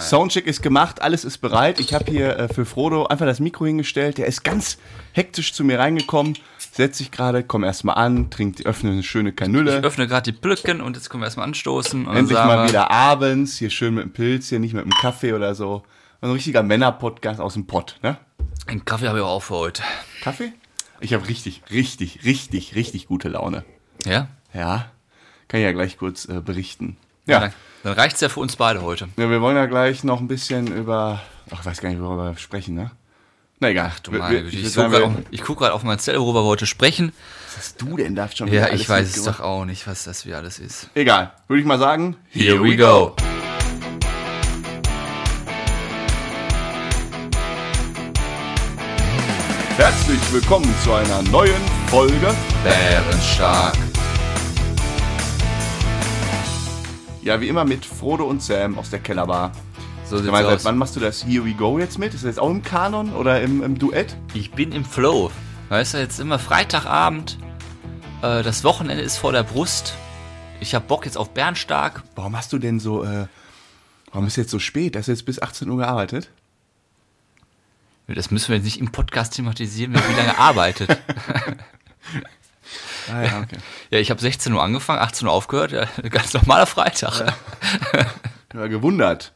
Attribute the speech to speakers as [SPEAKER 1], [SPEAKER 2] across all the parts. [SPEAKER 1] Soundcheck ist gemacht, alles ist bereit. Ich habe hier äh, für Frodo einfach das Mikro hingestellt. Der ist ganz hektisch zu mir reingekommen, setzt sich gerade, komm erstmal an, trinkt, öffnet eine schöne Kanüle.
[SPEAKER 2] Ich öffne gerade die Blöcken und jetzt können wir erstmal anstoßen. Und
[SPEAKER 1] Endlich
[SPEAKER 2] dann sagen
[SPEAKER 1] mal
[SPEAKER 2] wir,
[SPEAKER 1] wieder abends, hier schön mit dem Pilz, hier nicht mit dem Kaffee oder so. Ein richtiger Männer-Podcast aus dem Pott, ne?
[SPEAKER 2] Einen Kaffee habe ich aber auch für heute.
[SPEAKER 1] Kaffee? Ich habe richtig, richtig, richtig, richtig gute Laune.
[SPEAKER 2] Ja?
[SPEAKER 1] Ja, kann ich ja gleich kurz äh, berichten.
[SPEAKER 2] Dann,
[SPEAKER 1] Ja.
[SPEAKER 2] dann reicht's ja für uns beide heute.
[SPEAKER 1] ja, wir wollen ja gleich noch ein bisschen über, ach, ich weiß gar nicht, worüber wir sprechen, ne? Na egal.
[SPEAKER 2] Du
[SPEAKER 1] Wir-
[SPEAKER 2] meine
[SPEAKER 1] wir-
[SPEAKER 2] Güte,
[SPEAKER 1] ich würd
[SPEAKER 2] ich, suche
[SPEAKER 1] sagen,
[SPEAKER 2] grad
[SPEAKER 1] wir-
[SPEAKER 2] auf- ich gucke gerade auf mein Zettel, worüber wir heute sprechen.
[SPEAKER 1] Was hast du denn da schon
[SPEAKER 2] Ja,
[SPEAKER 1] wieder
[SPEAKER 2] ich
[SPEAKER 1] alles
[SPEAKER 2] weiß es
[SPEAKER 1] mitgemacht?
[SPEAKER 2] doch auch nicht, was das wieder alles ist.
[SPEAKER 1] Egal, würde ich mal sagen.
[SPEAKER 2] Here we go.
[SPEAKER 1] Herzlich willkommen zu einer neuen Folge.
[SPEAKER 2] Bärenstark.
[SPEAKER 1] Ja, wie immer mit Frodo und Sam aus der Kellerbar.
[SPEAKER 2] So
[SPEAKER 1] Ich
[SPEAKER 2] sieht's
[SPEAKER 1] meine,
[SPEAKER 2] aus.
[SPEAKER 1] seit wann machst du das Here We Go jetzt mit? Ist das jetzt auch im Kanon oder im, im Duett?
[SPEAKER 2] Ich bin im Flow. Weißt du, jetzt immer Freitagabend. Äh, das Wochenende ist vor der Brust. Ich habe Bock jetzt auf Bärenstark.
[SPEAKER 1] Warum hast du denn so, äh, warum ist jetzt so spät? Hast du jetzt bis 18 Uhr gearbeitet?
[SPEAKER 2] Das müssen wir jetzt nicht im Podcast thematisieren, wer wie lange arbeitet.
[SPEAKER 1] Ah ja, okay.
[SPEAKER 2] Ja, ich habe 16 Uhr angefangen, 18 Uhr aufgehört. Ja, ganz normaler Freitag.
[SPEAKER 1] Ja, gewundert,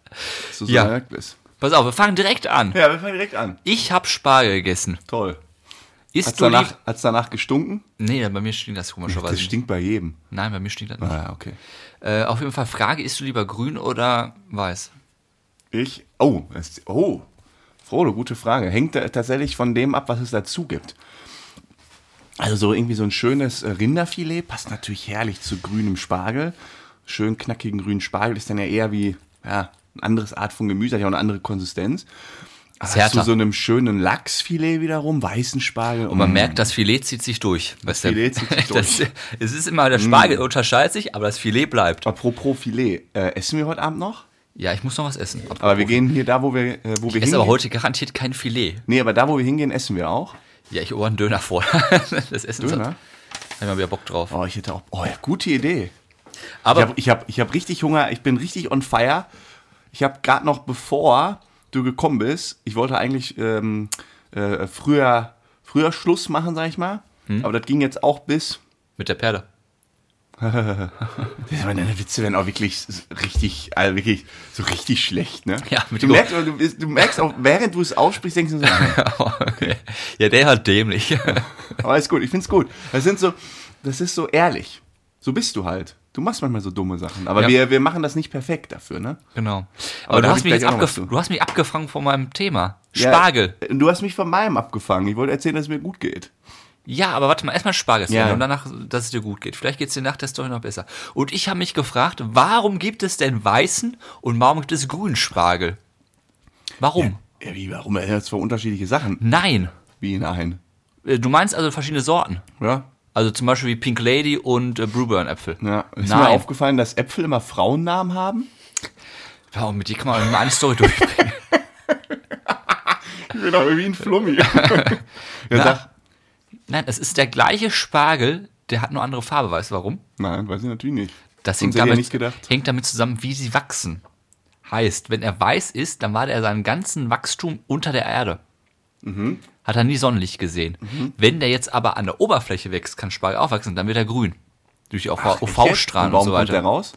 [SPEAKER 1] dass du so
[SPEAKER 2] Ja.
[SPEAKER 1] direkt bist.
[SPEAKER 2] Pass auf, wir fangen direkt an.
[SPEAKER 1] Ja, wir fangen direkt an.
[SPEAKER 2] Ich habe Spargel gegessen.
[SPEAKER 1] Toll.
[SPEAKER 2] Isst
[SPEAKER 1] Hat's
[SPEAKER 2] du
[SPEAKER 1] danach,
[SPEAKER 2] lieb-
[SPEAKER 1] hat's danach gestunken?
[SPEAKER 2] Nee, bei mir stinkt das
[SPEAKER 1] Das
[SPEAKER 2] komischerweise. nicht.
[SPEAKER 1] stinkt bei jedem.
[SPEAKER 2] Nein, bei mir stinkt das nicht.
[SPEAKER 1] Ah, okay.
[SPEAKER 2] Äh, auf jeden Fall Frage, isst du lieber grün oder weiß?
[SPEAKER 1] Ich? Oh, das, oh. Frodo, gute Frage. Hängt da tatsächlich von dem ab, was es dazu gibt. Also so irgendwie so ein schönes äh, Rinderfilet passt natürlich herrlich zu grünem Spargel. Schön knackigen grünen Spargel ist dann ja eher wie ja, eine andere Art von Gemüse, hat ja auch eine andere Konsistenz. Aber zu
[SPEAKER 2] härter.
[SPEAKER 1] so einem schönen Lachsfilet wiederum, weißen Spargel. Und
[SPEAKER 2] Man merkt, das Filet zieht sich durch. Weißt du?
[SPEAKER 1] Filet zieht sich Mm.
[SPEAKER 2] Das, es ist immer, der Spargel unterscheidet sich, aber das Filet bleibt.
[SPEAKER 1] Apropos Filet, äh, essen wir heute Abend noch?
[SPEAKER 2] Ja, ich muss noch was essen.
[SPEAKER 1] Aber wir gehen hier da, wo wir, äh, wo wir
[SPEAKER 2] Ich esse
[SPEAKER 1] hingehen.
[SPEAKER 2] aber heute garantiert kein Filet.
[SPEAKER 1] nee, aber da, wo wir hingehen, essen wir auch.
[SPEAKER 2] Ja, ich ober einen Döner vor. das Essen
[SPEAKER 1] Döner?
[SPEAKER 2] Hab ich mal wieder Bock drauf.
[SPEAKER 1] Oh, ich hätte auch. Oh, ja, gute Idee.
[SPEAKER 2] Aber
[SPEAKER 1] ich habe ich hab, ich hab richtig Hunger, ich bin richtig on fire. Ich habe gerade noch, bevor du gekommen bist, ich wollte eigentlich ähm, äh, früher, früher Schluss machen, sag ich mal. Aber das ging jetzt auch bis.
[SPEAKER 2] mit der Perle.
[SPEAKER 1] Ich meine, deine Witze werden auch wirklich s- richtig, also wirklich so richtig schlecht, ne?
[SPEAKER 2] Ja, mit
[SPEAKER 1] du
[SPEAKER 2] Go-
[SPEAKER 1] merkst, du, bist- du merkst auch, während du es aussprichst, denkst du so,
[SPEAKER 2] okay. Ja, der hat dämlich.
[SPEAKER 1] aber ist gut, ich find's gut. Das sind so, das ist so ehrlich. So bist du halt. Du machst manchmal so dumme Sachen, aber
[SPEAKER 2] Ja.
[SPEAKER 1] wir, wir machen das nicht perfekt dafür, ne?
[SPEAKER 2] genau.
[SPEAKER 1] Aber
[SPEAKER 2] Aber,
[SPEAKER 1] da
[SPEAKER 2] du,
[SPEAKER 1] hab
[SPEAKER 2] hast
[SPEAKER 1] ich
[SPEAKER 2] mich
[SPEAKER 1] gleich
[SPEAKER 2] jetzt
[SPEAKER 1] auch noch was
[SPEAKER 2] abgef-
[SPEAKER 1] zu.
[SPEAKER 2] du hast mich abgefangen von meinem Thema.
[SPEAKER 1] Ja,
[SPEAKER 2] Spargel.
[SPEAKER 1] äh, du hast mich von meinem abgefangen. Ich wollte erzählen, dass es mir gut geht.
[SPEAKER 2] Ja, aber warte mal, erstmal Spargel zu
[SPEAKER 1] Ja.
[SPEAKER 2] Ende und danach, dass es dir gut geht. Vielleicht geht's dir nach der Story noch besser. Und ich habe mich gefragt, warum gibt es denn weißen und warum gibt es grünen Spargel? Warum?
[SPEAKER 1] Ja, wie, warum? Das sind ja zwei unterschiedliche Sachen.
[SPEAKER 2] Nein.
[SPEAKER 1] Wie, nein?
[SPEAKER 2] Äh, Du meinst also verschiedene Sorten.
[SPEAKER 1] Ja?
[SPEAKER 2] Also zum Beispiel wie Pink Lady und äh, Brewburn-Äpfel.
[SPEAKER 1] Ja. Ist mir
[SPEAKER 2] Nein.
[SPEAKER 1] aufgefallen, dass Äpfel immer Frauennamen haben?
[SPEAKER 2] Wow, mit dir kann man immer eine Story durchbringen.
[SPEAKER 1] Ich bin doch irgendwie ein Flummi. ja, sag.
[SPEAKER 2] Nein, es ist der gleiche Spargel, der hat nur andere Farbe. Weißt du warum?
[SPEAKER 1] Nein, weiß ich natürlich nicht.
[SPEAKER 2] Das
[SPEAKER 1] Sonst
[SPEAKER 2] hängt
[SPEAKER 1] hätte ich ja
[SPEAKER 2] damit,
[SPEAKER 1] nicht gedacht.
[SPEAKER 2] hängt damit zusammen, wie sie wachsen. Heißt, wenn er weiß ist, dann war er seinen ganzen Wachstum unter der Erde.
[SPEAKER 1] Mhm.
[SPEAKER 2] Hat er nie Sonnenlicht gesehen. Wenn der jetzt aber an der Oberfläche wächst, kann Spargel auch wachsen, dann wird er grün. Durch die UV-Strahlen
[SPEAKER 1] Warum
[SPEAKER 2] und so
[SPEAKER 1] kommt der
[SPEAKER 2] weiter. Hm?
[SPEAKER 1] raus?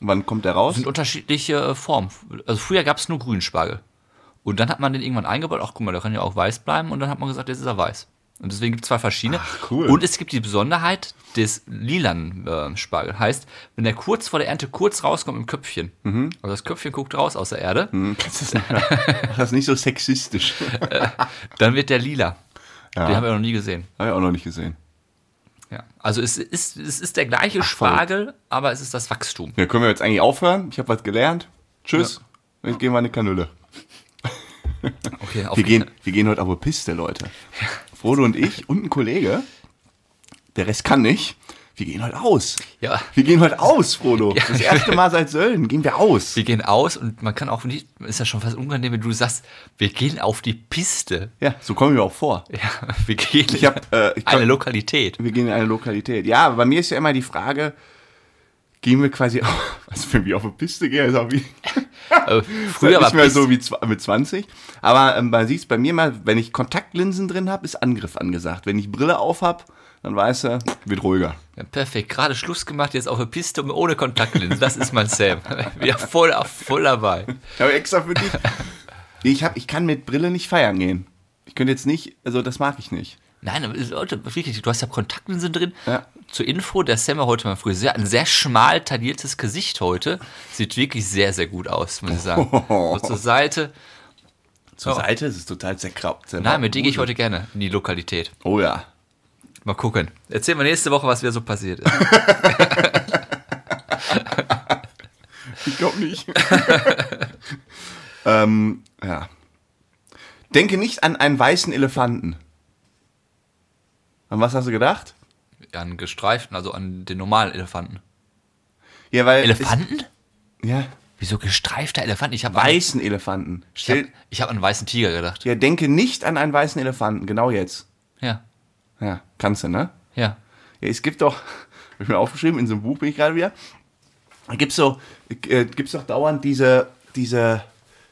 [SPEAKER 1] Wann kommt der raus?
[SPEAKER 2] sind unterschiedliche äh, Formen. Also früher gab es nur grünen Spargel. Und dann hat man den irgendwann eingebaut, ach guck mal, der kann ja auch weiß bleiben. Und dann hat man gesagt, jetzt ist er weiß. Und deswegen gibt es zwei verschiedene.
[SPEAKER 1] Ach, cool.
[SPEAKER 2] Und es gibt die Besonderheit des lilanen äh, Spargel. Heißt, wenn der kurz vor der Ernte kurz rauskommt im Köpfchen,
[SPEAKER 1] Mhm.
[SPEAKER 2] also das Köpfchen guckt raus aus der Erde,
[SPEAKER 1] Hm, Das ist, das ist nicht so sexistisch.
[SPEAKER 2] dann wird der lila.
[SPEAKER 1] Ja.
[SPEAKER 2] Den haben wir noch nie gesehen.
[SPEAKER 1] Habe ich auch noch nicht gesehen.
[SPEAKER 2] Ja. Also es ist, es ist der gleiche Spargel, aber es ist das Wachstum.
[SPEAKER 1] Ja, können wir jetzt eigentlich aufhören? Ich habe was gelernt. Tschüss. Jetzt gehen wir eine Kanüle.
[SPEAKER 2] Okay, auf
[SPEAKER 1] Wir gehen, wir gehen heute aber Piste, Leute. Frodo und ich und ein Kollege, der Rest kann nicht, wir gehen heute aus.
[SPEAKER 2] Ja.
[SPEAKER 1] Wir gehen heute aus, Frodo. Das erste Mal seit Sölden gehen wir aus.
[SPEAKER 2] Wir gehen aus und man kann auch nicht, ist ja schon fast unangenehm, wenn du sagst, wir gehen auf die Piste.
[SPEAKER 1] Ja, so kommen wir auch vor.
[SPEAKER 2] Ja, wir gehen
[SPEAKER 1] Ich hab, äh, ich glaub-
[SPEAKER 2] eine Lokalität.
[SPEAKER 1] Wir gehen in eine Lokalität. Ja, aber bei mir ist ja immer die Frage, gehen wir quasi, auf, also wenn wir auf eine Piste gehen, ist auch wie,
[SPEAKER 2] Äh,
[SPEAKER 1] früher
[SPEAKER 2] früher war
[SPEAKER 1] nicht mehr
[SPEAKER 2] Piste,
[SPEAKER 1] so wie zw- mit 20. Aber ähm, man sieht bei mir mal, wenn ich Kontaktlinsen drin habe, ist Angriff angesagt. Wenn ich Brille auf habe, dann weißt du, wird ruhiger.
[SPEAKER 2] Ja, perfekt. Gerade Schluss gemacht, jetzt auf der Piste und ohne Kontaktlinsen. Das ist mein Sam. Wieder voll, voll dabei.
[SPEAKER 1] Ich habe extra für dich. Nee, ich, hab, ich kann mit Brille nicht feiern gehen. Ich könnte jetzt nicht, also das mag ich nicht.
[SPEAKER 2] Nein, aber Leute, richtig, du hast ja Kontaktlinsen drin.
[SPEAKER 1] Ja.
[SPEAKER 2] Zur Info, der Sam war heute mal früh sehr, ein sehr schmal tailliertes Gesicht heute. Sieht wirklich sehr, sehr gut aus, muss ich sagen. So zur Seite.
[SPEAKER 1] Zur
[SPEAKER 2] Ja.
[SPEAKER 1] Seite ist es total zerkraubt.
[SPEAKER 2] Oh. Nein, mit dir gehe ich heute gerne in die Lokalität.
[SPEAKER 1] Oh ja.
[SPEAKER 2] Mal gucken. Erzähl mal nächste Woche, was wieder so passiert ist.
[SPEAKER 1] Ich glaube nicht. ähm, ja. Denke nicht an einen weißen Elefanten. An was hast du gedacht?
[SPEAKER 2] An gestreiften, also an den normalen Elefanten.
[SPEAKER 1] Ja, weil
[SPEAKER 2] Elefanten?
[SPEAKER 1] Ist, ja,
[SPEAKER 2] Wieso gestreifter Elefant? Ich habe an,
[SPEAKER 1] weißen Elefanten.
[SPEAKER 2] ich hab,
[SPEAKER 1] Stell,
[SPEAKER 2] ich hab an einen weißen Tiger gedacht.
[SPEAKER 1] ja, denke nicht an einen weißen Elefanten, genau jetzt.
[SPEAKER 2] Ja,
[SPEAKER 1] Ja, kannst du, ne?
[SPEAKER 2] ja.
[SPEAKER 1] Ja, es gibt doch, hab ich mir aufgeschrieben, in so einem Buch bin ich gerade wieder, da gibt's so, äh, gibt's doch dauernd diese, diese,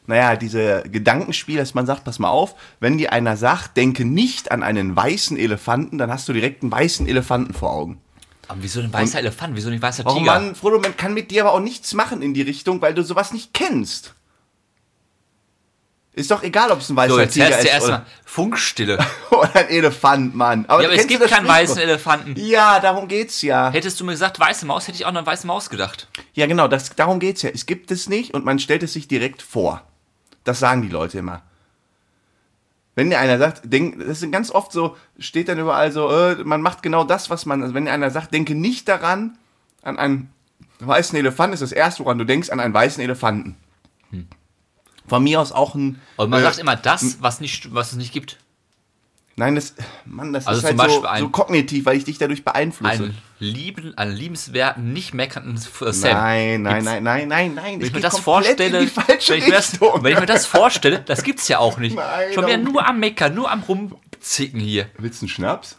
[SPEAKER 1] naja, diese Gedankenspiele, dass man sagt, pass mal auf, wenn dir einer sagt, denke nicht an einen weißen Elefanten, dann hast du direkt einen weißen Elefanten vor Augen.
[SPEAKER 2] Aber wieso ein weißer Elefant? Wieso nicht weißer
[SPEAKER 1] Warum,
[SPEAKER 2] Tiger?
[SPEAKER 1] Mann, Frodo, man kann mit dir aber auch nichts machen in die Richtung, weil du sowas nicht kennst. Ist doch egal, ob es ein weißer
[SPEAKER 2] so, jetzt
[SPEAKER 1] Tiger
[SPEAKER 2] hörst
[SPEAKER 1] ist
[SPEAKER 2] du
[SPEAKER 1] oder,
[SPEAKER 2] erstmal Funkstille.
[SPEAKER 1] oder ein Elefant, Mann.
[SPEAKER 2] Ja, aber
[SPEAKER 1] du
[SPEAKER 2] es
[SPEAKER 1] kennst
[SPEAKER 2] gibt
[SPEAKER 1] das
[SPEAKER 2] keinen weißen
[SPEAKER 1] Sprichwort.
[SPEAKER 2] Elefanten.
[SPEAKER 1] Ja, darum geht's ja.
[SPEAKER 2] Hättest du mir gesagt, weiße Maus, hätte ich auch noch an weiße Maus gedacht.
[SPEAKER 1] Ja, genau, das, darum geht's ja. Es gibt es nicht und man stellt es sich direkt vor. Das sagen die Leute immer. Wenn dir einer sagt, denk, das sind ganz oft so, steht dann überall so, äh, man macht genau das, was man, also wenn dir einer sagt, denke nicht daran, an einen weißen Elefanten, ist das erste, woran du denkst, an einen weißen Elefanten. Von mir aus auch ein.
[SPEAKER 2] Und Hm. man
[SPEAKER 1] äh,
[SPEAKER 2] sagt immer das, was, nicht, was es nicht gibt.
[SPEAKER 1] Nein, das, Mann, das
[SPEAKER 2] Also
[SPEAKER 1] ist
[SPEAKER 2] zum
[SPEAKER 1] halt so,
[SPEAKER 2] Beispiel ein-
[SPEAKER 1] so kognitiv, weil ich dich dadurch beeinflusse.
[SPEAKER 2] Einen lieben, einen liebenswerten, nicht meckernden F- äh, Sam.
[SPEAKER 1] Nein, nein,
[SPEAKER 2] Gibt's-
[SPEAKER 1] nein, nein, nein, nein.
[SPEAKER 2] Wenn ich mir das vorstelle,
[SPEAKER 1] in die falsche
[SPEAKER 2] wenn, ich mir das,
[SPEAKER 1] Richtung.
[SPEAKER 2] wenn ich mir das vorstelle, das gibt's ja auch nicht.
[SPEAKER 1] Nein,
[SPEAKER 2] Schon wieder
[SPEAKER 1] darum-
[SPEAKER 2] nur am Meckern, nur am Rumzicken hier.
[SPEAKER 1] Willst du einen Schnaps?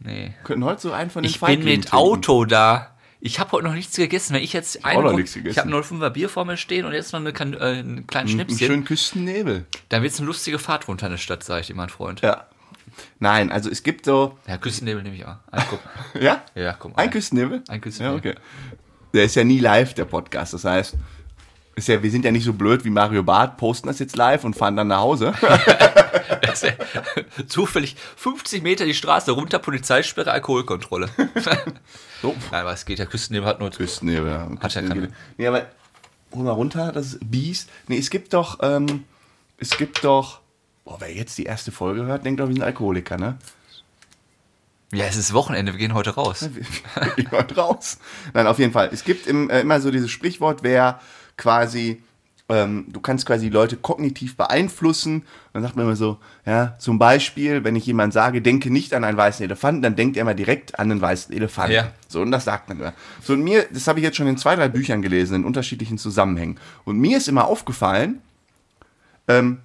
[SPEAKER 2] Nee.
[SPEAKER 1] könnten heute so einen von den
[SPEAKER 2] Ich bin
[SPEAKER 1] Feiglingen
[SPEAKER 2] mit
[SPEAKER 1] trinken.
[SPEAKER 2] Auto da. Ich habe heute noch nichts gegessen. Wenn ich jetzt
[SPEAKER 1] auch noch
[SPEAKER 2] Woche-
[SPEAKER 1] nichts gegessen.
[SPEAKER 2] ich habe 05er Bier vor mir stehen und jetzt noch eine, Kan- äh, einen
[SPEAKER 1] Einen
[SPEAKER 2] kleinen Schnipschen,
[SPEAKER 1] schönen Küstennebel.
[SPEAKER 2] dann wird's eine lustige Fahrt runter in der Stadt, sage ich dir, mein Freund. Ja,
[SPEAKER 1] Ja. Nein, also es gibt so.
[SPEAKER 2] Küstennebel nehme ich auch. Ein, guck.
[SPEAKER 1] Ja?
[SPEAKER 2] Ja, komm.
[SPEAKER 1] Ein Küstennebel?
[SPEAKER 2] Ein Küstennebel.
[SPEAKER 1] Ja, okay. Der ist ja nie live, der Podcast. Das heißt, ist ja, wir sind ja nicht so blöd wie Mario Barth, posten das jetzt live und fahren dann nach Hause.
[SPEAKER 2] Das wär- Zufällig 50 Meter die Straße runter, Polizeisperre, Alkoholkontrolle.
[SPEAKER 1] So.
[SPEAKER 2] Nein, aber es geht ja. Küstennebel hat nur.
[SPEAKER 1] Küstennebel, ja.
[SPEAKER 2] Hat ja keine-
[SPEAKER 1] Nee, aber hol mal runter, das Biest. Nee, es gibt doch, ähm, es gibt doch. Boah, wer jetzt die erste Folge hört, denkt doch, wir sind Alkoholiker, ne?
[SPEAKER 2] Ja, es ist Wochenende, wir gehen heute raus.
[SPEAKER 1] jemand raus. Nein, auf jeden Fall. Es gibt im, äh, immer so dieses Sprichwort, wer quasi, ähm, du kannst quasi Leute kognitiv beeinflussen. Dann sagt man immer so, ja, zum Beispiel, wenn ich jemand sage, denke nicht an einen weißen Elefanten, dann denkt er immer direkt an einen weißen Elefanten.
[SPEAKER 2] Ja.
[SPEAKER 1] So, und das sagt man immer. So, und mir, das habe ich jetzt schon in zwei, drei Büchern gelesen, in unterschiedlichen Zusammenhängen. Und mir ist immer aufgefallen, ähm,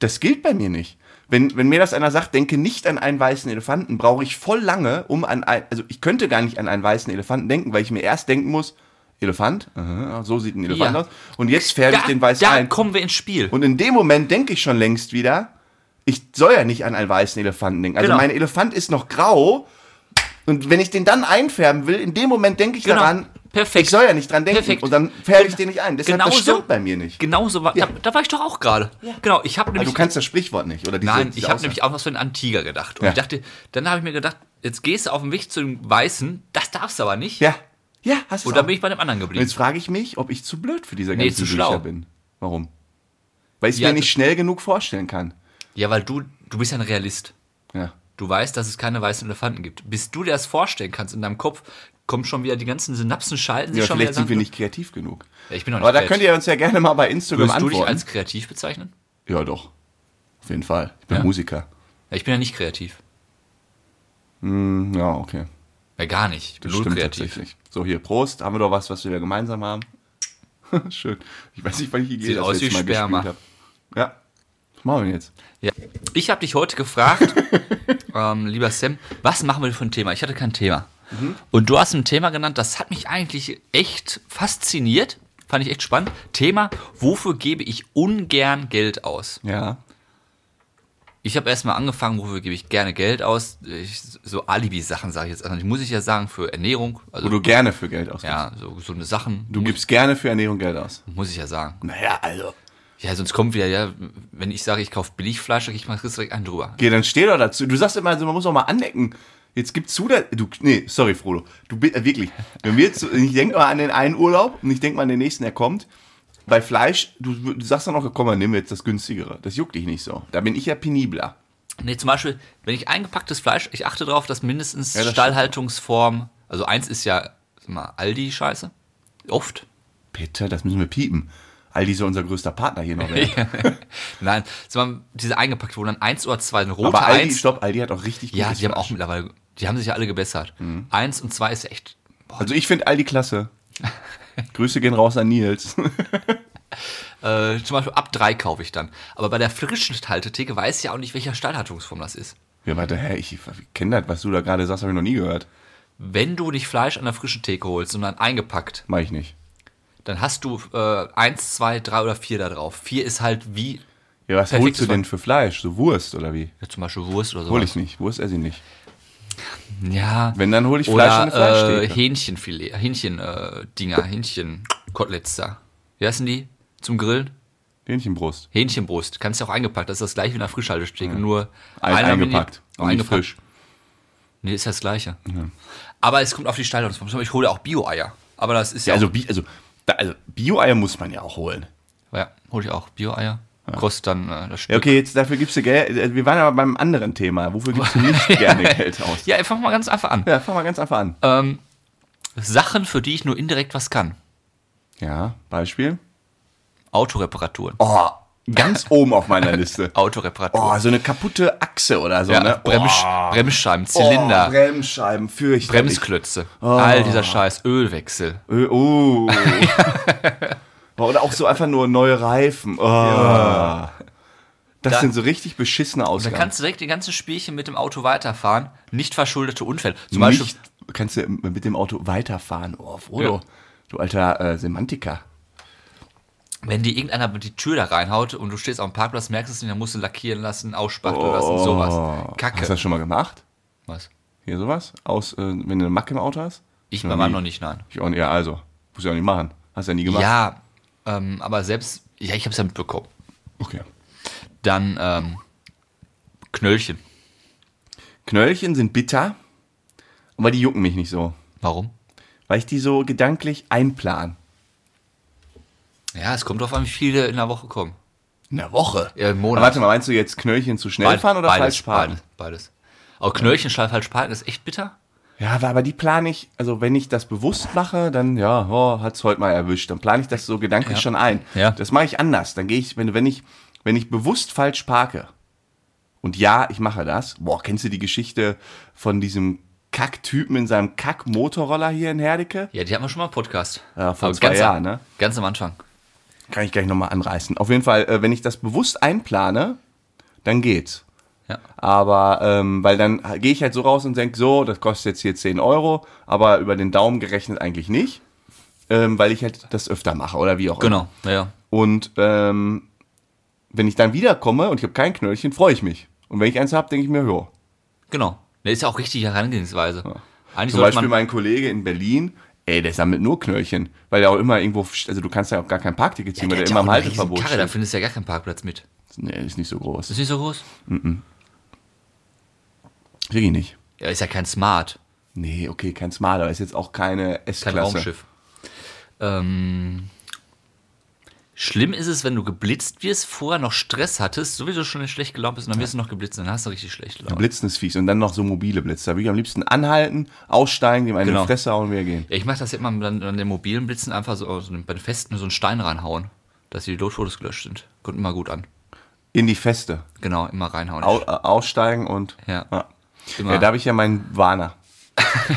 [SPEAKER 1] das gilt bei mir nicht. Wenn, wenn mir das einer sagt, denke nicht an einen weißen Elefanten, brauche ich voll lange, um an ein, also ich könnte gar nicht an einen weißen Elefanten denken, weil ich mir erst denken muss, Elefant, aha, so sieht ein Elefant
[SPEAKER 2] Ja.
[SPEAKER 1] aus. Und jetzt färbe ich den weiß
[SPEAKER 2] da
[SPEAKER 1] ein.
[SPEAKER 2] kommen wir ins Spiel.
[SPEAKER 1] Und in dem Moment denke ich schon längst wieder, ich soll ja nicht an einen weißen Elefanten denken. Also
[SPEAKER 2] Genau.
[SPEAKER 1] mein Elefant ist noch grau. Und wenn ich den dann einfärben will, in dem Moment denke ich
[SPEAKER 2] Genau.
[SPEAKER 1] daran,
[SPEAKER 2] Perfekt.
[SPEAKER 1] ich soll ja nicht dran denken.
[SPEAKER 2] Perfekt.
[SPEAKER 1] Und dann färbe ich den nicht ein. Deshalb
[SPEAKER 2] Genau
[SPEAKER 1] das stimmt
[SPEAKER 2] so.
[SPEAKER 1] bei mir nicht.
[SPEAKER 2] Genau so war.
[SPEAKER 1] Ja. Also
[SPEAKER 2] Da, da war ich doch auch gerade. Genau, ich habe
[SPEAKER 1] Aber
[SPEAKER 2] nämlich.
[SPEAKER 1] du kannst das Sprichwort nicht. Oder diese,
[SPEAKER 2] nein,
[SPEAKER 1] diese
[SPEAKER 2] ich habe
[SPEAKER 1] Aussage.
[SPEAKER 2] nämlich auch was von einem Tiger gedacht. Und
[SPEAKER 1] Ja.
[SPEAKER 2] ich dachte, dann habe ich mir gedacht, jetzt gehst du auf den Weg zu dem Weißen, das darfst du aber nicht.
[SPEAKER 1] Ja. Ja, hast du
[SPEAKER 2] Und dann bin ich bei dem anderen
[SPEAKER 1] Und
[SPEAKER 2] geblieben.
[SPEAKER 1] jetzt frage ich mich, ob ich zu blöd für diese
[SPEAKER 2] Nee,
[SPEAKER 1] ganzen
[SPEAKER 2] zu
[SPEAKER 1] Bücher
[SPEAKER 2] schlau.
[SPEAKER 1] bin. Warum? Weil ich es
[SPEAKER 2] Ja,
[SPEAKER 1] mir nicht
[SPEAKER 2] das-
[SPEAKER 1] schnell genug vorstellen kann.
[SPEAKER 2] Ja, weil du, du bist ja ein Realist.
[SPEAKER 1] Ja.
[SPEAKER 2] Du weißt, dass es keine weißen Elefanten gibt. Bis du dir das vorstellen kannst in deinem Kopf, kommen schon wieder die ganzen Synapsen, schalten sich
[SPEAKER 1] ja
[SPEAKER 2] schon
[SPEAKER 1] vielleicht
[SPEAKER 2] wieder.
[SPEAKER 1] sind wir nicht kreativ genug.
[SPEAKER 2] Ja, ich bin noch nicht
[SPEAKER 1] Aber da
[SPEAKER 2] kreativ.
[SPEAKER 1] könnt ihr uns ja gerne mal bei Instagram
[SPEAKER 2] Würdest du dich
[SPEAKER 1] antworten.
[SPEAKER 2] als kreativ bezeichnen?
[SPEAKER 1] ja, doch. Auf jeden Fall. Ich bin
[SPEAKER 2] Ja.
[SPEAKER 1] Musiker.
[SPEAKER 2] Ja, ich bin ja nicht kreativ.
[SPEAKER 1] Hm, Ja, okay.
[SPEAKER 2] Ja, gar nicht. Ich bin
[SPEAKER 1] Das
[SPEAKER 2] null
[SPEAKER 1] stimmt
[SPEAKER 2] kreativ.
[SPEAKER 1] tatsächlich. So, hier, Prost. Haben wir doch was, was wir gemeinsam haben. Schön. Ich weiß nicht, wann ich die Idee
[SPEAKER 2] Sieht aus wie Sperma.
[SPEAKER 1] habe. Ja. Was machen wir denn jetzt?
[SPEAKER 2] Ja. Ich habe dich heute gefragt, ähm, lieber Sam, was machen wir für ein Thema? Ich hatte kein Thema. Und du hast ein Thema genannt, das hat mich eigentlich echt fasziniert. Fand ich echt spannend. Thema, wofür gebe ich ungern Geld aus?
[SPEAKER 1] Ja.
[SPEAKER 2] Ich habe erstmal angefangen, wofür gebe ich gerne Geld aus? Ich, so Alibi-Sachen sage ich jetzt einfach nicht. Muss ich ja sagen, für Ernährung. Also,
[SPEAKER 1] Wo du gerne für Geld ausgibst.
[SPEAKER 2] ja, so gesunde Sachen.
[SPEAKER 1] Du gibst gerne für Ernährung Geld aus.
[SPEAKER 2] Muss ich ja sagen.
[SPEAKER 1] Naja, also.
[SPEAKER 2] Ja, sonst kommt wieder, ja, wenn ich sage, ich kaufe Billigfleisch, dann krieg ich mal direkt einen drüber.
[SPEAKER 1] Okay, dann steh doch dazu. Du sagst immer, also man muss auch mal anecken. Jetzt gib zu, dass- du, nee, sorry, Frodo. Du bist, äh, wirklich, wenn wir jetzt, so- ich denk mal an den einen Urlaub und ich denk mal an den nächsten, der kommt. Bei Fleisch, du, du sagst dann auch, komm mal, nimm jetzt das günstigere. Das juckt dich nicht so. Da bin ich ja penibler.
[SPEAKER 2] Nee, zum Beispiel, wenn ich eingepacktes Fleisch, ich achte darauf, dass mindestens
[SPEAKER 1] das stimmt.
[SPEAKER 2] Stallhaltungsform, also eins ist ja sag mal Aldi-Scheiße. Oft.
[SPEAKER 1] Bitte, das müssen wir piepen. Aldi soll unser größter Partner hier noch werden.
[SPEAKER 2] Nein, sag mal, diese eingepackt, wo dann eins oder zwei, eine rote
[SPEAKER 1] Aber Aldi,
[SPEAKER 2] eins.
[SPEAKER 1] stopp, Aldi hat auch richtig
[SPEAKER 2] Ja,
[SPEAKER 1] gutes
[SPEAKER 2] die haben
[SPEAKER 1] Fleisch.
[SPEAKER 2] auch mittlerweile, die haben sich ja alle gebessert.
[SPEAKER 1] Mhm.
[SPEAKER 2] Eins und zwei ist echt. Boah.
[SPEAKER 1] Also ich finde Aldi klasse. Grüße gehen raus an Nils.
[SPEAKER 2] Äh, zum Beispiel ab drei kaufe ich dann. Aber bei der frischen Haltetheke weiß ich ja auch nicht, welcher Stallhaltungsform das ist.
[SPEAKER 1] Ja, warte, hä, ich kenne das, was du da gerade sagst, habe ich noch nie gehört.
[SPEAKER 2] Wenn du nicht Fleisch an der frischen Theke holst, sondern eingepackt,
[SPEAKER 1] Mach ich nicht.
[SPEAKER 2] dann hast du äh, eins, zwei, drei oder vier da drauf. Vier ist halt wie
[SPEAKER 1] Ja, was holst
[SPEAKER 2] Perfektes
[SPEAKER 1] du denn
[SPEAKER 2] Fleisch.
[SPEAKER 1] für Fleisch? So Wurst oder wie?
[SPEAKER 2] ja, zum Beispiel Wurst oder so.
[SPEAKER 1] Hol ich nicht. Wurst esse ich nicht.
[SPEAKER 2] Ja.
[SPEAKER 1] Wenn, dann hol ich
[SPEAKER 2] oder,
[SPEAKER 1] Fleisch in eine
[SPEAKER 2] Fleisch. Äh,
[SPEAKER 1] Fleischtheke.
[SPEAKER 2] Hähnchenfilet, äh, Hähnchen-Dinger, Hähnchen-Koteletts da. Wie heißen die? Zum Grillen?
[SPEAKER 1] Hähnchenbrust.
[SPEAKER 2] Hähnchenbrust. Kannst du auch eingepackt. Das ist das gleiche wie in der Frischhaltesteke, nur
[SPEAKER 1] Ein,
[SPEAKER 2] einmal
[SPEAKER 1] eingepackt.
[SPEAKER 2] mini-
[SPEAKER 1] Und nicht
[SPEAKER 2] eingepackt.
[SPEAKER 1] frisch.
[SPEAKER 2] Nee, ist das gleiche. Aber es kommt auf die Stallungsform. Zum Beispiel, Ich hole auch Bio-Eier. Aber das ist ja,
[SPEAKER 1] Ja, also, Bi- also, da- also Bio-Eier muss man ja auch holen.
[SPEAKER 2] auch, ja hole ich auch Bio-Eier. Kostet dann äh, das Stück.
[SPEAKER 1] Ja, okay, jetzt dafür gibst du Geld. äh, Wir waren aber beim anderen Thema. Wofür gibst du nicht gerne Geld aus?
[SPEAKER 2] Ja, einfach mal ganz einfach an.
[SPEAKER 1] Ja, fang mal ganz einfach an.
[SPEAKER 2] Ähm, Sachen, für die ich nur indirekt was kann.
[SPEAKER 1] Ja, Beispiel.
[SPEAKER 2] Autoreparaturen.
[SPEAKER 1] Oh, ganz oben auf meiner Liste.
[SPEAKER 2] Autoreparaturen.
[SPEAKER 1] Oh, so eine kaputte Achse oder so,
[SPEAKER 2] ja,
[SPEAKER 1] ne?
[SPEAKER 2] Bremsch,
[SPEAKER 1] oh,
[SPEAKER 2] Bremsscheiben,
[SPEAKER 1] Oh,
[SPEAKER 2] Zylinder,
[SPEAKER 1] Bremsscheiben, fürchterlich.
[SPEAKER 2] Bremsklötze. Oh. All dieser Scheiß, Ölwechsel.
[SPEAKER 1] Ö- Oh. Boah, Oder auch so einfach nur neue Reifen. Oh. Das
[SPEAKER 2] Da-
[SPEAKER 1] sind so richtig beschissene
[SPEAKER 2] Da
[SPEAKER 1] Ausgaben.
[SPEAKER 2] kannst du direkt die ganzen Spielchen mit dem Auto weiterfahren. Nicht verschuldete Unfälle. Zum Beispiel,
[SPEAKER 1] Nicht, kannst du mit dem Auto weiterfahren. Oh, Frodo.
[SPEAKER 2] Ja.
[SPEAKER 1] Du alter äh, Semantiker.
[SPEAKER 2] wenn dir irgendeiner die Tür da reinhaut und du stehst auf dem Parkplatz, merkst du es nicht, dann musst du lackieren lassen, ausspachteln lassen, sowas.
[SPEAKER 1] Oh. Hast du
[SPEAKER 2] Kacke.
[SPEAKER 1] das schon mal gemacht?
[SPEAKER 2] Was?
[SPEAKER 1] Hier sowas? Aus, äh, wenn du eine Macke im Auto hast?
[SPEAKER 2] Ich bei meinem noch nicht, nein.
[SPEAKER 1] Ich auch, nicht. ja, also. Muss ja auch nicht machen. Hast ja nie gemacht.
[SPEAKER 2] Ja, ähm, aber selbst, ja, ich hab's ja mitbekommen.
[SPEAKER 1] Okay.
[SPEAKER 2] Dann, ähm, Knöllchen.
[SPEAKER 1] Knöllchen sind bitter, aber die jucken mich nicht so.
[SPEAKER 2] Warum?
[SPEAKER 1] Weil ich die so gedanklich einplan.
[SPEAKER 2] Ja, es kommt drauf an, wie viele in der Woche kommen.
[SPEAKER 1] In der Woche?
[SPEAKER 2] Ja, im Monat.
[SPEAKER 1] Warte mal, meinst du jetzt Knöllchen zu schnell
[SPEAKER 2] Beid-
[SPEAKER 1] fahren oder
[SPEAKER 2] beides,
[SPEAKER 1] falsch parken?
[SPEAKER 2] Beides. beides. Aber Knöllchen, Schall, falsch parken ist echt bitter.
[SPEAKER 1] Ja, aber- aber die plane ich, also wenn ich das bewusst mache, dann ja, oh, hat's heute mal erwischt. Dann plane ich das so gedanklich schon ein.
[SPEAKER 2] Ja.
[SPEAKER 1] Das mache ich anders. Dann gehe ich, wenn, wenn ich, wenn ich bewusst falsch parke. Und ja, ich mache das. Boah, kennst du die Geschichte von diesem Kacktypen in seinem Kack-Motorroller hier in Herdecke?
[SPEAKER 2] Ja, die hatten wir schon mal im Podcast.
[SPEAKER 1] Ja, vor
[SPEAKER 2] Aber
[SPEAKER 1] zwei
[SPEAKER 2] ganz,
[SPEAKER 1] Jahren, ne?
[SPEAKER 2] Ganz am Anfang.
[SPEAKER 1] Kann ich gleich nochmal anreißen. Auf jeden Fall, äh, wenn ich das bewusst einplane, dann geht's.
[SPEAKER 2] Ja.
[SPEAKER 1] Aber, ähm, weil dann gehe ich halt so raus und denke, so, das kostet jetzt hier 10 Euro, aber über den Daumen gerechnet eigentlich nicht, ähm, weil ich halt das öfter mache oder wie auch immer.
[SPEAKER 2] Genau, ja, ja.
[SPEAKER 1] Und ähm, wenn ich dann wiederkomme und ich habe kein Knöllchen, freue ich mich. Und wenn ich eins habe, denke ich mir, jo.
[SPEAKER 2] Genau. Das ist ja auch richtig Herangehensweise. Eigentlich
[SPEAKER 1] Zum
[SPEAKER 2] sollte
[SPEAKER 1] Beispiel
[SPEAKER 2] man.
[SPEAKER 1] mein Kollege in Berlin, ey, der sammelt nur Knöllchen, weil der auch immer irgendwo, also du kannst ja auch gar kein Parkticket ziehen,
[SPEAKER 2] der
[SPEAKER 1] weil
[SPEAKER 2] hat
[SPEAKER 1] der
[SPEAKER 2] ja
[SPEAKER 1] immer
[SPEAKER 2] auch
[SPEAKER 1] im
[SPEAKER 2] eine
[SPEAKER 1] Halteverbot
[SPEAKER 2] Riesenkarre, da
[SPEAKER 1] steht.
[SPEAKER 2] findest du ja gar keinen Parkplatz mit.
[SPEAKER 1] Nee, ist nicht so groß.
[SPEAKER 2] Ist nicht so groß?
[SPEAKER 1] Wirklich nicht.
[SPEAKER 2] Ja, ist ja kein Smart,
[SPEAKER 1] Nee, okay, kein Smart, aber ist jetzt auch keine
[SPEAKER 2] kein
[SPEAKER 1] S-Klasse.
[SPEAKER 2] Raumschiff. Ähm, schlimm ist es, wenn du geblitzt wirst, vorher noch Stress hattest, sowieso schon schlecht gelaunt bist und dann wirst du noch geblitzt und dann hast du richtig schlecht gelaunt.
[SPEAKER 1] Blitzen ist fies und dann noch so mobile Blitze. Da würde ich am liebsten anhalten, aussteigen, dem einen in
[SPEAKER 2] Genau.
[SPEAKER 1] die Fresse hauen und wieder gehen.
[SPEAKER 2] Ja, ich mache das jetzt mal dann an den mobilen Blitzen einfach so, so bei den Festen so einen Stein reinhauen, dass die Lotfotos gelöscht sind. Kommt immer gut an.
[SPEAKER 1] In die Feste.
[SPEAKER 2] Genau, immer reinhauen.
[SPEAKER 1] Au, äh, aussteigen und.
[SPEAKER 2] Ja.
[SPEAKER 1] Ja.
[SPEAKER 2] Immer.
[SPEAKER 1] ja, da habe ich ja meinen Warner.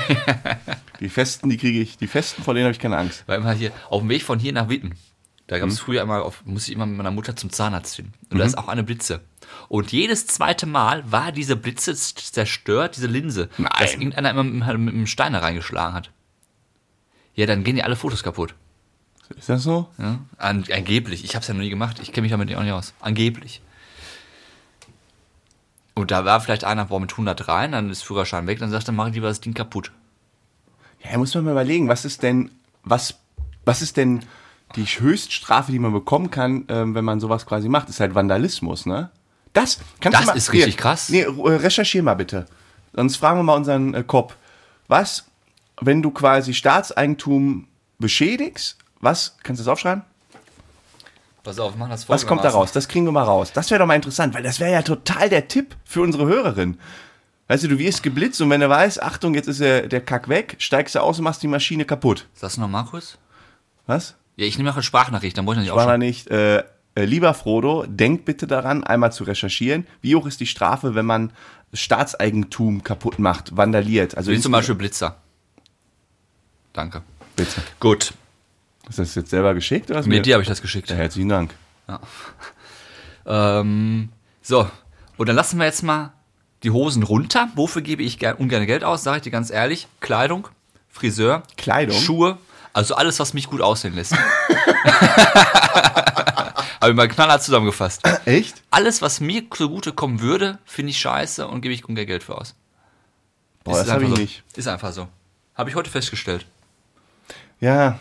[SPEAKER 1] die Festen, die kriege ich. Die Festen, vor denen habe ich keine Angst.
[SPEAKER 2] Weil immer hier, auf dem Weg
[SPEAKER 1] Mhm.
[SPEAKER 2] von hier nach Witten, da gab es früher einmal, auf, musste ich immer mit meiner Mutter zum Zahnarzt hin. Und da ist auch eine Blitze. Und jedes zweite Mal war diese Blitze zerstört, diese Linse,
[SPEAKER 1] Nein.
[SPEAKER 2] dass irgendeiner immer mit, mit einem Stein da reingeschlagen hat. Ja, dann gehen ja alle Fotos kaputt.
[SPEAKER 1] Ist das so?
[SPEAKER 2] Ja? An, angeblich. Ich habe es ja noch nie gemacht. Ich kenne mich damit auch nicht aus. Angeblich. Und da war vielleicht einer, boah, mit 100 rein, dann ist Führerschein weg, dann sagt er, mach ich lieber das Ding kaputt.
[SPEAKER 1] Ja, muss man mal überlegen, was ist denn, was, was ist denn die Höchststrafe, die man bekommen kann, ähm, wenn man sowas quasi macht? Ist halt Vandalismus, ne? Das, kannst
[SPEAKER 2] Das
[SPEAKER 1] du mal,
[SPEAKER 2] ist richtig krass.
[SPEAKER 1] Nee, äh, recherchier mal bitte. Sonst fragen wir mal unseren äh, Cop. Was, wenn du quasi Staatseigentum beschädigst, was, kannst du das aufschreiben?
[SPEAKER 2] Pass auf, mach das
[SPEAKER 1] Was kommt da raus? Das kriegen wir mal raus. Das wäre doch mal interessant, weil das wäre ja total der Tipp für unsere Hörerin. Weißt du, du wirst geblitzt und wenn du weißt, Achtung, jetzt ist der, der Kack weg, steigst du aus und machst die Maschine kaputt.
[SPEAKER 2] Ist das noch Markus?
[SPEAKER 1] Was?
[SPEAKER 2] Ja, ich nehme auch eine Sprachnachricht, dann brauche ich nicht
[SPEAKER 1] War
[SPEAKER 2] aufschreiben.
[SPEAKER 1] er nicht. Äh, äh, lieber Frodo, denkt bitte daran, einmal zu recherchieren. Wie hoch ist die Strafe, wenn man Staatseigentum kaputt macht, vandaliert? Also
[SPEAKER 2] Wie zum Beispiel Blitzer. Danke.
[SPEAKER 1] Bitte.
[SPEAKER 2] Gut.
[SPEAKER 1] Ist das jetzt selber geschickt oder ist
[SPEAKER 2] Mit dir habe ich das geschickt.
[SPEAKER 1] Ja, Herzlichen Dank.
[SPEAKER 2] Ähm, so, und dann lassen wir jetzt mal die Hosen runter. Wofür gebe ich gern, ungern Geld aus, sage ich dir ganz ehrlich. Kleidung, Friseur,
[SPEAKER 1] Kleidung?
[SPEAKER 2] Schuhe, also alles, was mich gut aussehen lässt. Habe ich mal knallhart zusammengefasst.
[SPEAKER 1] Echt?
[SPEAKER 2] Alles, was mir zugute kommen würde, finde ich scheiße und gebe ich ungern Geld für aus.
[SPEAKER 1] Boah, das
[SPEAKER 2] einfach
[SPEAKER 1] habe ich
[SPEAKER 2] so.
[SPEAKER 1] nicht.
[SPEAKER 2] Ist einfach so. Habe ich heute festgestellt.
[SPEAKER 1] Ja.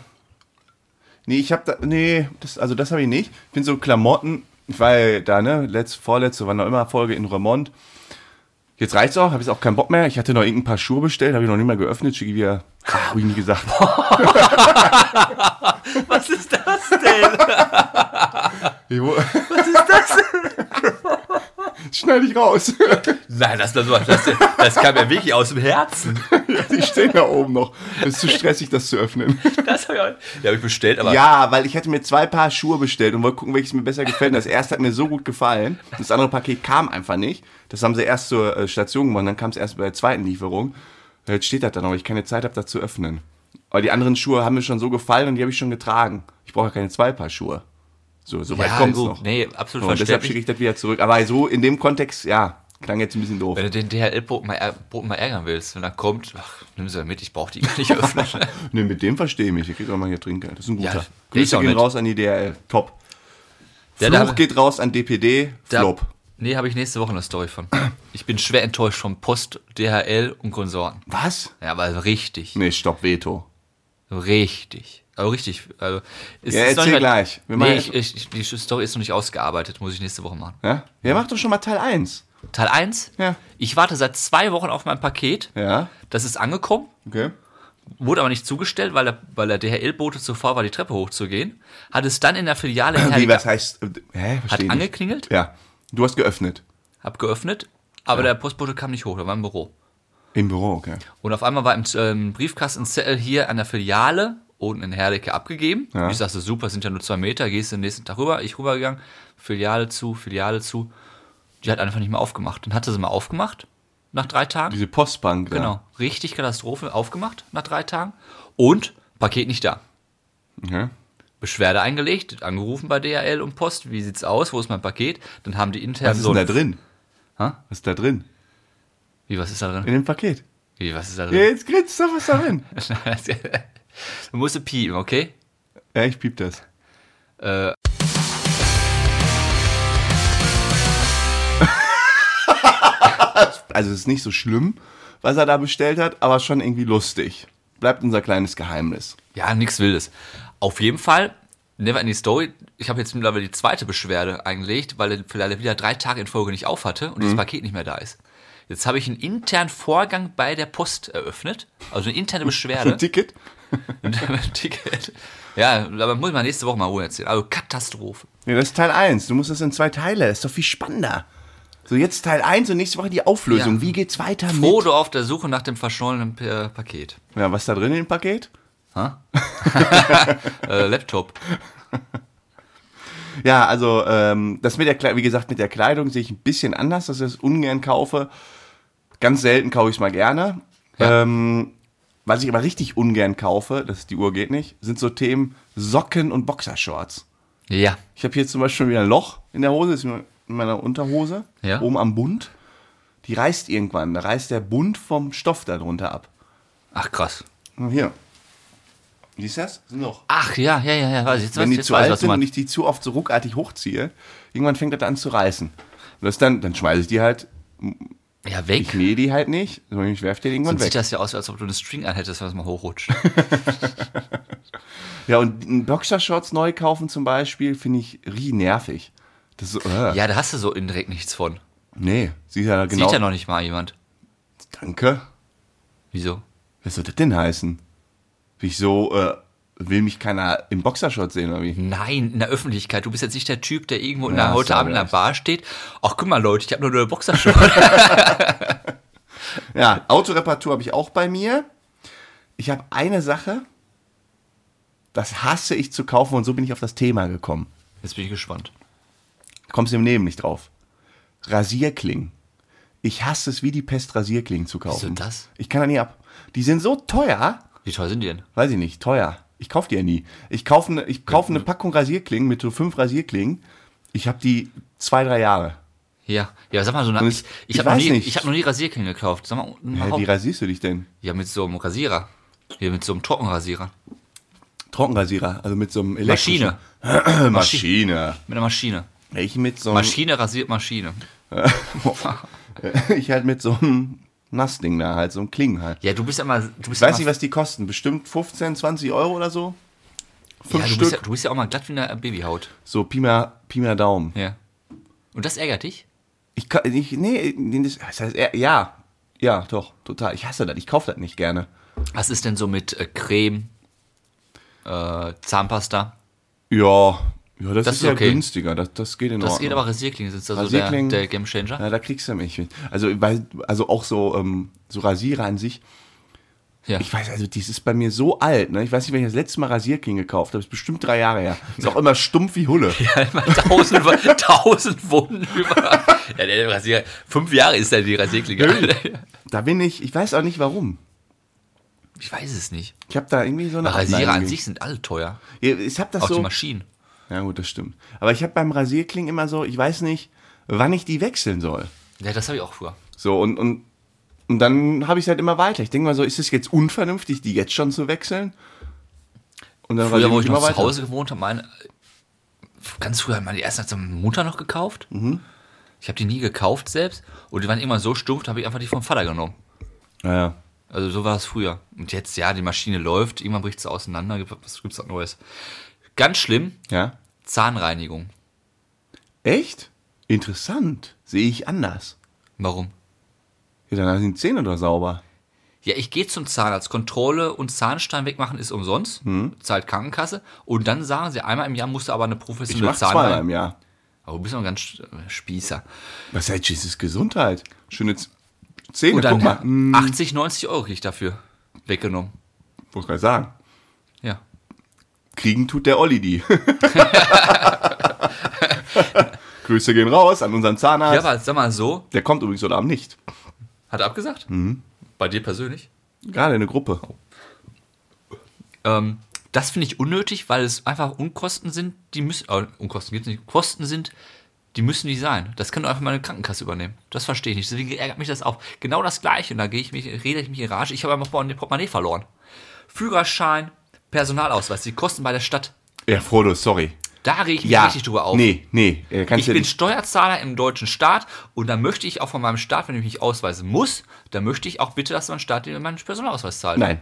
[SPEAKER 1] Nee, ich habe da. Nee, das, also das habe ich nicht. Ich finde so Klamotten, ich war ja da, ne? Letzte, vorletzte, wann auch immer, Folge in Remont. Jetzt reicht's auch, habe ich auch keinen Bock mehr. Ich hatte noch irgendein paar Schuhe bestellt, habe ich noch nicht mal geöffnet, schicke ich wieder. Habe ich nie gesagt.
[SPEAKER 2] Was ist das denn?
[SPEAKER 1] Ich wo- Schneide ich raus.
[SPEAKER 2] Nein, das, das, das, das kam ja wirklich aus dem Herzen.
[SPEAKER 1] Die stehen da oben noch. Es ist zu stressig, das zu öffnen.
[SPEAKER 2] Das habe ich, auch- die hab ich bestellt, aber
[SPEAKER 1] Ja, weil ich hätte mir zwei Paar Schuhe bestellt und wollte gucken, welches mir besser gefällt. Und das erste hat mir so gut gefallen. und Das andere Paket kam einfach nicht. Das haben sie erst zur äh, Station gemacht. Dann kam es erst bei der zweiten Lieferung. Jetzt steht das da noch, weil ich keine Zeit habe, das zu öffnen. Aber die anderen Schuhe haben mir schon so gefallen und die habe ich schon getragen. Ich brauche ja keine zwei Paar Schuhe. So, so weit
[SPEAKER 2] Ja,
[SPEAKER 1] kommt's
[SPEAKER 2] gut.
[SPEAKER 1] noch.
[SPEAKER 2] Nee, absolut
[SPEAKER 1] so, und deshalb
[SPEAKER 2] verständlich.
[SPEAKER 1] schicke ich das wieder zurück. Aber so in dem Kontext, ja, klang jetzt ein bisschen doof.
[SPEAKER 2] Wenn du den DHL-Boten mal, ärg- Boten mal ärgern willst, wenn er kommt, ach, nimm sie mit, ich brauche die gar nicht öffnen.
[SPEAKER 1] Ne, mit dem verstehe ich mich. Der kriegt auch mal hier Trinkgeld. Das ist ein guter.
[SPEAKER 2] Ja, der ist
[SPEAKER 1] Grüße
[SPEAKER 2] auch
[SPEAKER 1] gehen
[SPEAKER 2] nett.
[SPEAKER 1] raus an die DRL. Top.
[SPEAKER 2] Ja,
[SPEAKER 1] Fluch
[SPEAKER 2] da-
[SPEAKER 1] geht raus an DPD.
[SPEAKER 2] Da-
[SPEAKER 1] Flop.
[SPEAKER 2] Nee, habe ich nächste Woche eine Story von. Ich bin schwer enttäuscht von Post, DHL und Konsorten.
[SPEAKER 1] Was?
[SPEAKER 2] Ja, aber also richtig.
[SPEAKER 1] Nee, stopp, Veto.
[SPEAKER 2] Richtig. Also richtig. Also, es
[SPEAKER 1] Ja,
[SPEAKER 2] noch
[SPEAKER 1] erzähl
[SPEAKER 2] nicht mal-
[SPEAKER 1] gleich. Wir
[SPEAKER 2] nee,
[SPEAKER 1] machen-
[SPEAKER 2] ich, ich, ich- die Story ist noch nicht ausgearbeitet, muss ich nächste Woche machen.
[SPEAKER 1] Ja? Ja, mach doch schon mal Teil 1.
[SPEAKER 2] Teil 1.
[SPEAKER 1] Ja.
[SPEAKER 2] Ich warte seit zwei Wochen auf mein Paket.
[SPEAKER 1] Ja, Äh,
[SPEAKER 2] Das ist angekommen.
[SPEAKER 1] okay.
[SPEAKER 2] Wurde aber nicht zugestellt, weil der, weil der DHL-Bote zuvor war, die Treppe hochzugehen. Hat es dann in der Filiale in
[SPEAKER 1] Wie,
[SPEAKER 2] Herrlich-
[SPEAKER 1] was heißt... äh, Hä,
[SPEAKER 2] Hat
[SPEAKER 1] verstehe nicht.
[SPEAKER 2] angeklingelt,
[SPEAKER 1] Ja, du hast geöffnet.
[SPEAKER 2] hab geöffnet, aber der Postbote kam nicht hoch, er war im Büro.
[SPEAKER 1] Im Büro, okay.
[SPEAKER 2] Und auf einmal war im ähm, Briefkasten ein Zettel hier an der Filiale unten in Herdecke abgegeben.
[SPEAKER 1] Ja.
[SPEAKER 2] Ich sagte, super, sind ja nur zwei Meter, gehst den nächsten Tag rüber. Ich rübergegangen, Filiale zu, Filiale zu. Die hat einfach nicht mehr aufgemacht. Dann hatte sie mal aufgemacht, nach drei Tagen.
[SPEAKER 1] Diese Postbank. da.
[SPEAKER 2] Genau, richtig Katastrophe, aufgemacht nach drei Tagen. Und Paket nicht da.
[SPEAKER 1] Okay.
[SPEAKER 2] Beschwerde eingelegt, angerufen bei DHL und Post. Wie sieht's aus? Wo ist mein Paket? Dann haben die intern
[SPEAKER 1] Was ist
[SPEAKER 2] so.
[SPEAKER 1] denn da
[SPEAKER 2] ein-
[SPEAKER 1] drin?
[SPEAKER 2] Hä?
[SPEAKER 1] Was ist da drin?
[SPEAKER 2] Wie, was ist da drin?
[SPEAKER 1] In dem Paket.
[SPEAKER 2] Wie, was ist da
[SPEAKER 1] Ja,
[SPEAKER 2] drin?
[SPEAKER 1] jetzt grinst doch was da drin.
[SPEAKER 2] du musst piepen, okay?
[SPEAKER 1] Ja, ich piep das.
[SPEAKER 2] Äh,
[SPEAKER 1] Also es ist nicht so schlimm, was er da bestellt hat, aber schon irgendwie lustig. Bleibt unser kleines Geheimnis.
[SPEAKER 2] ja, nichts Wildes. Auf jeden Fall, never any story. Ich habe jetzt mittlerweile die zweite Beschwerde eingelegt, weil er vielleicht wieder drei Tage in Folge nicht auf hatte und dieses
[SPEAKER 1] Mhm.
[SPEAKER 2] Paket nicht mehr da ist. Jetzt habe ich einen internen Vorgang bei der Post eröffnet, also eine interne Beschwerde.
[SPEAKER 1] Ein Ticket?
[SPEAKER 2] Und ein Ticket. Ja, aber muss ich mal nächste Woche mal Ruhe erzählen. Also Katastrophe.
[SPEAKER 1] Nee, das ist Teil 1. Du musst das in zwei Teile. Ist doch viel spannender. So, jetzt Teil 1 und nächste Woche die Auflösung.
[SPEAKER 2] Ja.
[SPEAKER 1] Wie geht's weiter mit?
[SPEAKER 2] Frodo auf der Suche nach dem verschollenen äh, Paket.
[SPEAKER 1] Ja, was ist da drin im Paket?
[SPEAKER 2] Äh, Laptop.
[SPEAKER 1] Ja, also ähm, das mit der Kleidung, wie gesagt, mit der Kleidung sehe ich ein bisschen anders, dass ich das ungern kaufe. Ganz selten kaufe ich es mal gerne.
[SPEAKER 2] Ja.
[SPEAKER 1] Ähm, was ich aber richtig ungern kaufe, das die Uhr geht nicht, sind so Themen Socken und Boxershorts.
[SPEAKER 2] Ja.
[SPEAKER 1] Ich habe hier zum Beispiel schon wieder ein Loch in der Hose, ist mir in meiner Unterhose,
[SPEAKER 2] Ja.
[SPEAKER 1] oben am Bund. Die reißt irgendwann. Da reißt der Bund vom Stoff darunter ab.
[SPEAKER 2] Ach krass.
[SPEAKER 1] Und Hier. Siehst du das? Sind noch.
[SPEAKER 2] Ach ja, ja, ja, ja. Weiß ich. Jetzt,
[SPEAKER 1] Wenn
[SPEAKER 2] weiß,
[SPEAKER 1] die
[SPEAKER 2] jetzt
[SPEAKER 1] zu
[SPEAKER 2] weiß ich,
[SPEAKER 1] alt
[SPEAKER 2] was du
[SPEAKER 1] sind und
[SPEAKER 2] meinst.
[SPEAKER 1] ich die zu oft so ruckartig hochziehe, irgendwann fängt das an zu reißen. Und das dann, dann schmeiße ich die halt,
[SPEAKER 2] Ja, weg.
[SPEAKER 1] ich nähe die halt nicht, sondern ich werfe die irgendwann
[SPEAKER 2] Sonst sieht
[SPEAKER 1] weg.
[SPEAKER 2] das ja aus, als ob du eine String anhättest, was mal hochrutscht.
[SPEAKER 1] Ja, und Boxershorts neu kaufen zum Beispiel, finde ich rie nervig. Das ist, so, äh,
[SPEAKER 2] ja, da hast du so indirekt nichts von.
[SPEAKER 1] Nee, sieht ja genau.
[SPEAKER 2] Sieht ja noch nicht mal jemand.
[SPEAKER 1] Danke.
[SPEAKER 2] Wieso?
[SPEAKER 1] Was soll das denn heißen? Wieso äh, will mich keiner im Boxershort sehen oder wie?
[SPEAKER 2] Nein, in der Öffentlichkeit. Du bist jetzt nicht der Typ, der irgendwo in
[SPEAKER 1] Ja,
[SPEAKER 2] der,
[SPEAKER 1] hast du
[SPEAKER 2] heute Abend in einer
[SPEAKER 1] recht.
[SPEAKER 2] Bar steht. Ach, guck mal, Leute, ich habe nur eine Boxershorts.
[SPEAKER 1] Ja, Autoreparatur habe ich auch bei mir. Ich habe eine Sache, das hasse ich zu kaufen und so bin ich auf das Thema gekommen.
[SPEAKER 2] jetzt bin ich gespannt.
[SPEAKER 1] Kommst du im Leben nicht drauf. Rasierklingen. Ich hasse es wie die Pest, Rasierklingen zu kaufen.
[SPEAKER 2] Wieso das?
[SPEAKER 1] Ich kann da nie ab. Die sind so teuer,
[SPEAKER 2] Wie teuer sind die denn?
[SPEAKER 1] weiß ich nicht, teuer. Ich kaufe die ja nie. Ich kaufe eine, ich kaufe eine Packung Rasierklingen mit so fünf Rasierklingen. Ich habe die zwei, drei Jahre.
[SPEAKER 2] Ja, ja, sag mal so,
[SPEAKER 1] Und
[SPEAKER 2] eine,
[SPEAKER 1] es-
[SPEAKER 2] ich,
[SPEAKER 1] ich
[SPEAKER 2] ich habe noch,
[SPEAKER 1] weiß
[SPEAKER 2] nie-
[SPEAKER 1] nicht.
[SPEAKER 2] ich hab noch nie Rasierklingen gekauft. Sag mal, mal
[SPEAKER 1] Hä,
[SPEAKER 2] auf.
[SPEAKER 1] wie rasierst du dich denn?
[SPEAKER 2] ja, mit so einem Rasierer. Ja, mit so einem Trockenrasierer.
[SPEAKER 1] Trockenrasierer, also mit so einem elektrischen.
[SPEAKER 2] Maschine.
[SPEAKER 1] Maschine. Maschine.
[SPEAKER 2] Mit einer Maschine.
[SPEAKER 1] Ich mit so einem.
[SPEAKER 2] Maschine rasiert Maschine.
[SPEAKER 1] ich halt mit so einem Nassding da, halt so einem Klingen halt.
[SPEAKER 2] Ja, du bist ja mal, du
[SPEAKER 1] Ich weiß
[SPEAKER 2] bist ja
[SPEAKER 1] nicht,
[SPEAKER 2] mal,
[SPEAKER 1] was die kosten. Bestimmt 15, 20 Euro oder so. Fünf
[SPEAKER 2] ja, du,
[SPEAKER 1] Stück.
[SPEAKER 2] bist ja, du bist ja auch mal glatt wie eine Babyhaut.
[SPEAKER 1] So Pi mal, Pi mal Daumen.
[SPEAKER 2] Ja. Und das ärgert dich?
[SPEAKER 1] Ich kann, ich, nee, nee, das das heißt, eher- ja, ja, doch, total. Ich hasse das, ich kaufe das nicht gerne.
[SPEAKER 2] Was ist denn so mit äh, Creme, äh, Zahnpasta?
[SPEAKER 1] Ja, ja das,
[SPEAKER 2] Das
[SPEAKER 1] ist
[SPEAKER 2] ist
[SPEAKER 1] ja
[SPEAKER 2] okay.
[SPEAKER 1] günstiger, das, das geht in
[SPEAKER 2] Das
[SPEAKER 1] Ordnung.
[SPEAKER 2] geht aber Rasierklingen, ist das
[SPEAKER 1] Rasierklingen.
[SPEAKER 2] so der, der Game Changer?
[SPEAKER 1] ja, da kriegst du mich. mit. Also, weil, also auch so, ähm, so Rasierer an sich.
[SPEAKER 2] Ja.
[SPEAKER 1] Ich weiß, also, dies ist bei mir so alt, ne? Ich weiß nicht, wenn ich das letzte Mal Rasierklingen gekauft habe. Ist bestimmt drei Jahre her. Ist auch immer stumpf wie Hulle.
[SPEAKER 2] Ja, immer halt tausend, tausend Wunden überall. Ja, der Rasierer. Fünf Jahre ist ja die Rasierklinge.
[SPEAKER 1] Da bin ich, ich weiß auch nicht warum.
[SPEAKER 2] Ich weiß es nicht.
[SPEAKER 1] Ich habe da irgendwie so eine.
[SPEAKER 2] Rasierer
[SPEAKER 1] Abneigung
[SPEAKER 2] an sich sind alle teuer.
[SPEAKER 1] gegen. Ich habe das
[SPEAKER 2] Auch die
[SPEAKER 1] so.
[SPEAKER 2] Maschinen.
[SPEAKER 1] Ja, gut, das stimmt. Aber ich habe beim Rasierklingen immer so, ich weiß nicht, wann ich die wechseln soll.
[SPEAKER 2] Ja, das habe ich auch früher.
[SPEAKER 1] So, und, und, und dann habe ich es halt immer weiter. Ich denke mal so, ist es jetzt unvernünftig, die jetzt schon zu wechseln? Und dann
[SPEAKER 2] Früher,
[SPEAKER 1] rasiere
[SPEAKER 2] wo ich
[SPEAKER 1] immer
[SPEAKER 2] noch zu
[SPEAKER 1] weiter.
[SPEAKER 2] Hause gewohnt habe, meine, ganz früher hat meine ersten hat meine Mutter noch gekauft.
[SPEAKER 1] Mhm.
[SPEAKER 2] Ich habe die nie gekauft selbst. Und die waren immer so stumpf, da habe ich einfach die vom Vater genommen.
[SPEAKER 1] Ja, ja.
[SPEAKER 2] Also so war es früher. Und jetzt, ja, die Maschine läuft, irgendwann bricht sie auseinander, gibt- was gibt's da Neues? Ganz schlimm,
[SPEAKER 1] ja.
[SPEAKER 2] Zahnreinigung.
[SPEAKER 1] Echt? Interessant. Sehe ich anders.
[SPEAKER 2] Warum?
[SPEAKER 1] Ja, dann sind die Zähne doch sauber.
[SPEAKER 2] Ja, ich gehe zum Zahnarzt. Kontrolle und Zahnstein wegmachen ist umsonst. Zahlt Krankenkasse. Und dann sagen sie, einmal im Jahr musst du aber eine
[SPEAKER 1] Mhm. Ich
[SPEAKER 2] professionelle
[SPEAKER 1] mache zweimal
[SPEAKER 2] Zahnreinigung.
[SPEAKER 1] im Jahr.
[SPEAKER 2] Aber du bist noch ein ganz Sch- äh, Spießer.
[SPEAKER 1] Was heißt, das ist Gesundheit. Schöne Z- Zähne,
[SPEAKER 2] Und
[SPEAKER 1] guck mal. Hm,
[SPEAKER 2] dann 80, 90 Euro krieg ich dafür weggenommen.
[SPEAKER 1] Wollte ich gerade sagen.
[SPEAKER 2] Ja.
[SPEAKER 1] Kriegen tut der Olli die. Grüße gehen raus an unseren Zahnarzt.
[SPEAKER 2] Ja, aber sag mal so,
[SPEAKER 1] der kommt übrigens heute Abend nicht.
[SPEAKER 2] hat er abgesagt? Bei dir persönlich?
[SPEAKER 1] Gerade in der Gruppe.
[SPEAKER 2] Ähm, das finde ich unnötig, weil es einfach Unkosten sind, die müssen, äh, Unkosten gibt's nicht, Kosten sind, die müssen nicht sein. Das kann doch einfach meine Krankenkasse übernehmen. Das verstehe ich nicht. Deswegen ärgert mich das auch. Genau das Gleiche. Und da gehe ich mich, rede ich mich in Rage. Ich habe einfach mein Portemonnaie verloren. Führerschein, Personalausweis, die Kosten bei der Stadt.
[SPEAKER 1] Ja, Frodo, sorry.
[SPEAKER 2] Da rege ich mich richtig drüber auf.
[SPEAKER 1] Nee, nee. äh,
[SPEAKER 2] Ich
[SPEAKER 1] Kannst du
[SPEAKER 2] bin
[SPEAKER 1] nicht.
[SPEAKER 2] Steuerzahler im deutschen Staat und dann möchte ich auch von meinem Staat, wenn ich mich ausweisen muss, dann möchte ich auch bitte, dass mein Staat mir meinen Personalausweis zahlt.
[SPEAKER 1] Nein.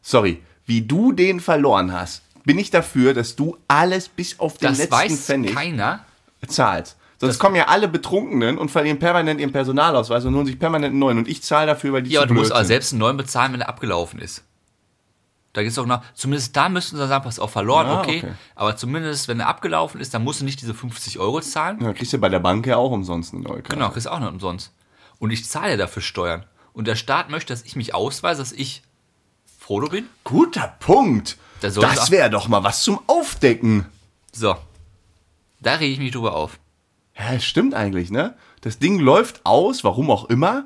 [SPEAKER 1] Sorry. Wie du den verloren hast, bin ich dafür, dass du alles bis auf den
[SPEAKER 2] das
[SPEAKER 1] letzten
[SPEAKER 2] weiß
[SPEAKER 1] Pfennig
[SPEAKER 2] keiner.
[SPEAKER 1] zahlst. Sonst kommen ja alle Betrunkenen und verlieren permanent ihren Personalausweis und holen sich permanent einen neuen. Und ich zahle dafür, weil die
[SPEAKER 2] Ja,
[SPEAKER 1] zu
[SPEAKER 2] aber du musst also
[SPEAKER 1] blöd
[SPEAKER 2] aber
[SPEAKER 1] sind.
[SPEAKER 2] selbst einen neuen bezahlen, wenn er abgelaufen ist. Da geht's doch nach. Zumindest da müssten sie sagen, pass auf, verloren,
[SPEAKER 1] Ah,
[SPEAKER 2] okay.
[SPEAKER 1] okay.
[SPEAKER 2] Aber zumindest, wenn er abgelaufen ist, dann musst du nicht diese 50 Euro zahlen.
[SPEAKER 1] Ja, kriegst du bei der Bank ja auch umsonst eine neue Karte.
[SPEAKER 2] Genau, kriegst auch nicht umsonst. Und ich zahle ja dafür Steuern. Und der Staat möchte, dass ich mich ausweise, dass ich Frodo bin.
[SPEAKER 1] Guter Punkt.
[SPEAKER 2] Da soll
[SPEAKER 1] das
[SPEAKER 2] es-
[SPEAKER 1] wäre doch mal was zum Aufdecken.
[SPEAKER 2] So. Da rege ich mich drüber auf.
[SPEAKER 1] Ja, stimmt eigentlich, ne? Das Ding läuft aus, warum auch immer.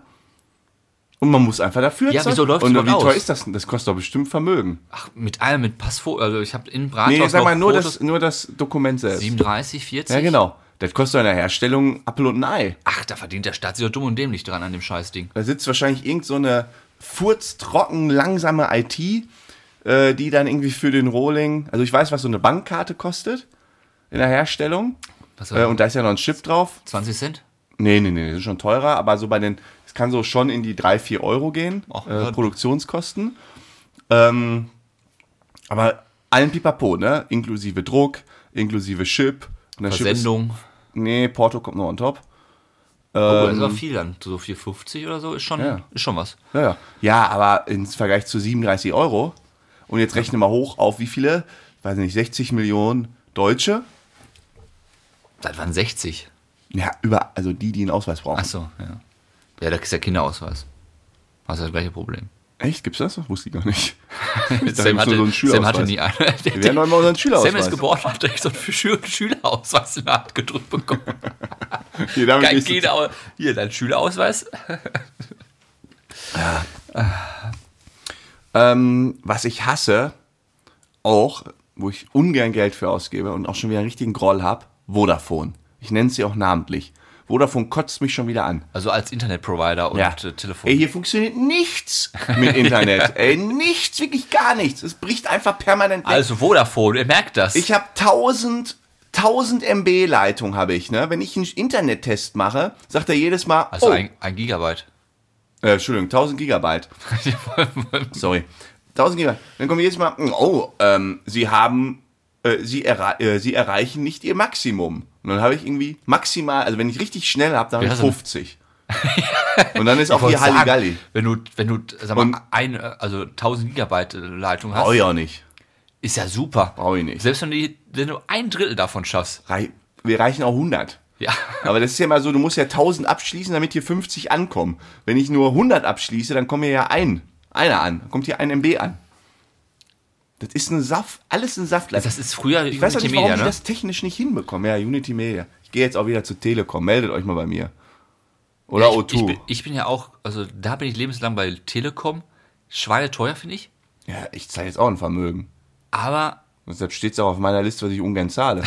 [SPEAKER 1] Und man muss einfach dafür
[SPEAKER 2] Ja,
[SPEAKER 1] zahlen.
[SPEAKER 2] wieso läuft's
[SPEAKER 1] Und wie
[SPEAKER 2] überhaupt
[SPEAKER 1] teuer
[SPEAKER 2] aus?
[SPEAKER 1] ist das denn? Das kostet doch bestimmt Vermögen.
[SPEAKER 2] Ach, mit allem, mit Passfoto. Also ich habe in Bratwurst
[SPEAKER 1] Nee, sag
[SPEAKER 2] noch
[SPEAKER 1] mal nur
[SPEAKER 2] Fotos-
[SPEAKER 1] das, nur das Dokument selbst.
[SPEAKER 2] 37, 40.
[SPEAKER 1] Ja, genau. Das kostet in der Herstellung Appel und ein Ei.
[SPEAKER 2] Ach, da verdient der Staat sich doch dumm und dämlich dran an dem Scheißding.
[SPEAKER 1] Da sitzt wahrscheinlich irgend so eine furztrocken langsame IT, äh, die dann irgendwie für den Rohling, also ich weiß, was so eine Bankkarte kostet in der Herstellung.
[SPEAKER 2] Was soll
[SPEAKER 1] Äh, und da ist ja noch ein Chip drauf.
[SPEAKER 2] 20 Cent?
[SPEAKER 1] Nee, nee, nee, das ist schon teurer, aber so bei den, es kann so schon in die 3, 4 Euro gehen,
[SPEAKER 2] Ach,
[SPEAKER 1] äh,
[SPEAKER 2] Gott.
[SPEAKER 1] Produktionskosten. Ähm, aber allen Pipapo, ne? Inklusive Druck, inklusive Chip. Und der Chip ist-
[SPEAKER 2] Versendung.
[SPEAKER 1] Nee, Porto kommt noch on top.
[SPEAKER 2] Obwohl, Oh, das war viel dann. So 4,50 oder so ist schon,
[SPEAKER 1] ähm, Ja.
[SPEAKER 2] ist schon was.
[SPEAKER 1] Ja, ja. ja, aber im Vergleich zu 37 Euro. Und jetzt rechne mal hoch auf wie viele, weiß nicht, 60 Millionen Deutsche.
[SPEAKER 2] Das waren 60.
[SPEAKER 1] Ja, über, also die, die einen Ausweis brauchen.
[SPEAKER 2] Ach so, ja. Ja, da ist der Kinderausweis. Hast ja das gleiche Problem.
[SPEAKER 1] Echt? Gibt's das? Wusste ich gar nicht. Ich dachte,
[SPEAKER 2] Sam,
[SPEAKER 1] gibt's
[SPEAKER 2] hatte,
[SPEAKER 1] nur
[SPEAKER 2] Sam hatte
[SPEAKER 1] Schülerausweis.
[SPEAKER 2] nie einen. Der-
[SPEAKER 1] Wir werden mal unseren Schülerausweis.
[SPEAKER 2] Sam ist geboren und hat direkt so einen Schü- Schülerausweis in der Hand gedrückt bekommen.
[SPEAKER 1] Hier, damit
[SPEAKER 2] Kein
[SPEAKER 1] gehst du-
[SPEAKER 2] Kinderausweis. Hier, dein Schülerausweis.
[SPEAKER 1] Ähm, was ich hasse, auch, wo ich ungern Geld für ausgebe und auch schon wieder einen richtigen Groll habe, Vodafone. Ich nenne sie auch namentlich. Vodafone kotzt mich schon wieder an.
[SPEAKER 2] Also als Internetprovider und äh, Telefon.
[SPEAKER 1] Ey, hier funktioniert nichts mit Internet. Ey, nichts, wirklich gar nichts. Es bricht einfach permanent weg.
[SPEAKER 2] also Vodafone, ihr merkt das.
[SPEAKER 1] Ich habe 1000, 1000 MB Leitung habe ich, ne? Wenn ich einen Internettest mache, sagt er jedes Mal,
[SPEAKER 2] also
[SPEAKER 1] oh,
[SPEAKER 2] ein, ein Gigabyte.
[SPEAKER 1] äh, Entschuldigung, 1000 Gigabyte. Sorry. 1000 Gigabyte. Dann kommen jedes Mal, oh, ähm, Sie haben, äh, Sie, errei- äh, Sie erreichen nicht Ihr Maximum. Und dann habe ich irgendwie maximal, also wenn ich richtig schnell habe, dann habe ich
[SPEAKER 2] hast du denn?
[SPEAKER 1] 50. Und dann ist auch hier
[SPEAKER 2] Wollte sagen,
[SPEAKER 1] Halligalli.
[SPEAKER 2] Wenn du, wenn du, sag mal,
[SPEAKER 1] Und-
[SPEAKER 2] ein, äh, also 1000 Gigabyte äh, Leitung hast,
[SPEAKER 1] Brauche ich auch Oh nicht.
[SPEAKER 2] ist ja super.
[SPEAKER 1] Brauch ich nicht.
[SPEAKER 2] Selbst wenn du, die- wenn du ein Drittel davon schaffst.
[SPEAKER 1] Rei- Wir reichen auch 100.
[SPEAKER 2] Ja.
[SPEAKER 1] Aber das ist ja mal so, du musst ja 1000 abschließen, damit hier 50 ankommen. Wenn ich nur 100 abschließe, dann kommt hier ja ein, einer an. Dann kommt hier ein MB an. Das ist ein Saft, alles ein Saftleiter.
[SPEAKER 2] Das ist früher
[SPEAKER 1] ich weiß auch nicht, warum die
[SPEAKER 2] ne?
[SPEAKER 1] das technisch nicht hinbekommen. Ja, Unity Media. Ich gehe jetzt auch wieder zu Telekom. Meldet euch mal bei mir. Oder
[SPEAKER 2] ich, ich,
[SPEAKER 1] O2.
[SPEAKER 2] bin, ich bin ja auch, also da bin ich lebenslang bei Telekom. Schweineteuer, finde ich.
[SPEAKER 1] ja, ich zahle jetzt auch ein Vermögen.
[SPEAKER 2] Aber
[SPEAKER 1] Und deshalb steht es auch auf meiner Liste, was ich ungern zahle.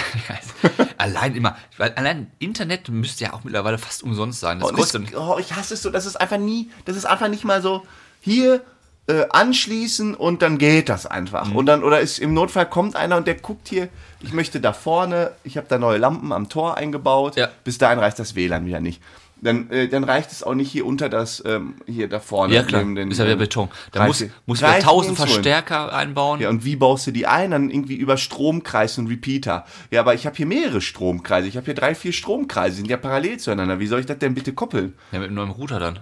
[SPEAKER 2] allein immer, weil allein Internet müsste ja auch mittlerweile fast umsonst sein. Das
[SPEAKER 1] Und
[SPEAKER 2] kostet
[SPEAKER 1] es, oh, ich hasse es so, dass es einfach nie, das ist einfach nicht mal so hier äh, anschließen und dann geht das
[SPEAKER 2] Mhm.
[SPEAKER 1] einfach. Und dann oder ist im Notfall kommt einer und der guckt hier, ich möchte da vorne, ich habe da neue Lampen am Tor eingebaut.
[SPEAKER 2] Ja.
[SPEAKER 1] Bis dahin reicht das WLAN wieder nicht. Dann, äh, dann reicht es auch nicht hier unter das ähm, hier da vorne.
[SPEAKER 2] ja klar,
[SPEAKER 1] neben den-
[SPEAKER 2] ist ja wieder
[SPEAKER 1] den-
[SPEAKER 2] Beton. Da
[SPEAKER 1] reicht-
[SPEAKER 2] muss, muss man
[SPEAKER 1] reicht
[SPEAKER 2] 1000
[SPEAKER 1] nirgendwo hin.
[SPEAKER 2] Verstärker einbauen.
[SPEAKER 1] Ja, und wie baust du die ein? Dann irgendwie über Stromkreis und Repeater. Ja, aber ich habe hier mehrere Stromkreise. Ich habe hier drei, vier Stromkreise, die sind ja parallel zueinander. Wie soll ich das denn bitte koppeln?
[SPEAKER 2] Ja, mit einem neuen Router dann.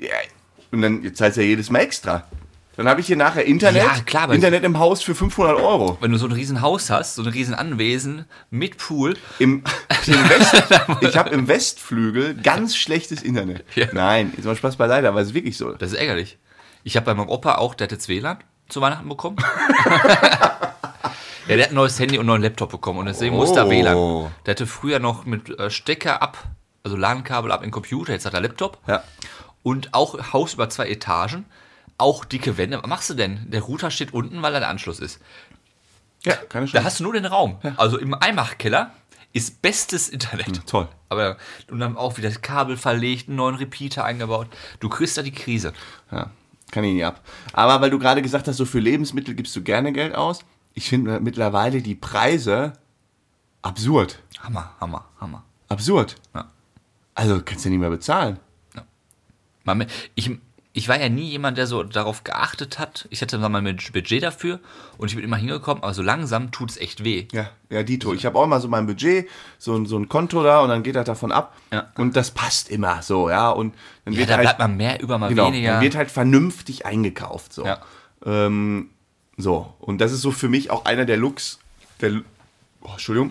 [SPEAKER 1] Ja. Und dann jetzt zahlst du ja jedes Mal extra. Dann habe ich hier nachher Internet,
[SPEAKER 2] Ja, klar, aber-
[SPEAKER 1] Internet im Haus für 500 Euro.
[SPEAKER 2] Wenn du so ein riesen Haus hast, so ein riesen Anwesen mit Pool,
[SPEAKER 1] Im, im West, ich habe im Westflügel ganz schlechtes Internet.
[SPEAKER 2] Ja.
[SPEAKER 1] Nein, jetzt mal Spaß beiseite, aber es ist wirklich so.
[SPEAKER 2] das ist ärgerlich. Ich habe bei meinem Opa auch, der hat jetzt WLAN zu Weihnachten bekommen. ja, der hat ein neues Handy und einen neuen Laptop bekommen und deswegen muss da
[SPEAKER 1] Oh.
[SPEAKER 2] WLAN. Der hatte früher noch mit äh, Stecker ab, also LAN-Kabel ab in den Computer, jetzt hat er Laptop.
[SPEAKER 1] Ja.
[SPEAKER 2] Und auch Haus über zwei Etagen, auch dicke Wände. Was machst du denn? Der Router steht unten, weil da der Anschluss ist.
[SPEAKER 1] ja, keine Chance.
[SPEAKER 2] Da hast du nur den Raum. Also im Eimachkeller ist bestes Internet.
[SPEAKER 1] Hm, Toll.
[SPEAKER 2] Aber und dann auch wieder das Kabel verlegt, einen neuen Repeater eingebaut. Du kriegst da die Krise.
[SPEAKER 1] Ja, kann ich nicht ab. Aber weil du gerade gesagt hast, so für Lebensmittel gibst du gerne Geld aus. Ich finde mittlerweile die Preise absurd.
[SPEAKER 2] Hammer, Hammer, Hammer.
[SPEAKER 1] Absurd.
[SPEAKER 2] Ja.
[SPEAKER 1] Also kannst du nicht mehr bezahlen.
[SPEAKER 2] Man mer- Ich, ich war ja nie jemand, der so darauf geachtet hat. Ich hatte mal mein Budget dafür und ich bin immer hingekommen, aber so langsam tut es echt weh.
[SPEAKER 1] Ja, ja, Dito. Ich habe auch immer so mein Budget, so, ein- so ein Konto da und dann geht das davon ab.
[SPEAKER 2] Ja.
[SPEAKER 1] Und das passt immer so, ja. Und dann
[SPEAKER 2] Ja,
[SPEAKER 1] wird
[SPEAKER 2] da
[SPEAKER 1] halt,
[SPEAKER 2] bleibt mal mehr über, mal
[SPEAKER 1] genau,
[SPEAKER 2] weniger.
[SPEAKER 1] dann wird halt vernünftig eingekauft. So.
[SPEAKER 2] Ja.
[SPEAKER 1] Ähm, so. Und das ist so für mich auch einer der Lux, der, Lu- oh, Entschuldigung,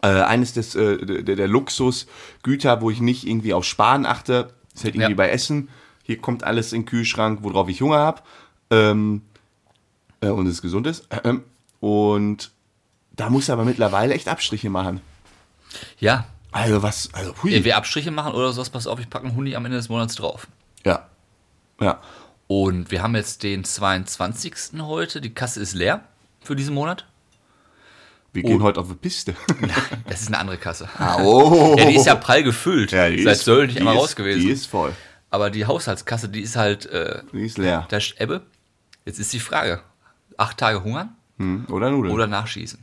[SPEAKER 1] äh, eines des, äh, der, der Luxusgüter, wo ich nicht irgendwie auf Sparen achte. Ist halt irgendwie
[SPEAKER 2] Ja.
[SPEAKER 1] bei Essen. Hier kommt alles in den Kühlschrank, worauf ich Hunger habe. Ähm, äh, und es gesund ist. Ähm, Und da muss aber mittlerweile echt Abstriche machen.
[SPEAKER 2] ja,
[SPEAKER 1] Also was, also
[SPEAKER 2] wenn
[SPEAKER 1] hui.
[SPEAKER 2] wir Abstriche machen oder sowas, pass auf, ich packe einen Hundi am Ende des Monats drauf.
[SPEAKER 1] Ja. Ja.
[SPEAKER 2] Und wir haben jetzt den 22. heute. Die Kasse ist leer für diesen Monat.
[SPEAKER 1] Wir gehen heute auf die Piste.
[SPEAKER 2] Das ist eine andere Kasse.
[SPEAKER 1] Oh.
[SPEAKER 2] Ja, die ist ja prall gefüllt.
[SPEAKER 1] Ja, die
[SPEAKER 2] Seit
[SPEAKER 1] ist-
[SPEAKER 2] Söll nicht
[SPEAKER 1] die
[SPEAKER 2] einmal
[SPEAKER 1] ist-
[SPEAKER 2] raus gewesen.
[SPEAKER 1] Die ist voll.
[SPEAKER 2] Aber die Haushaltskasse, die ist halt, äh,
[SPEAKER 1] Die ist leer.
[SPEAKER 2] da ist Ebbe. Jetzt ist die Frage: Acht Tage hungern
[SPEAKER 1] Hm, oder Nudeln.
[SPEAKER 2] oder nachschießen?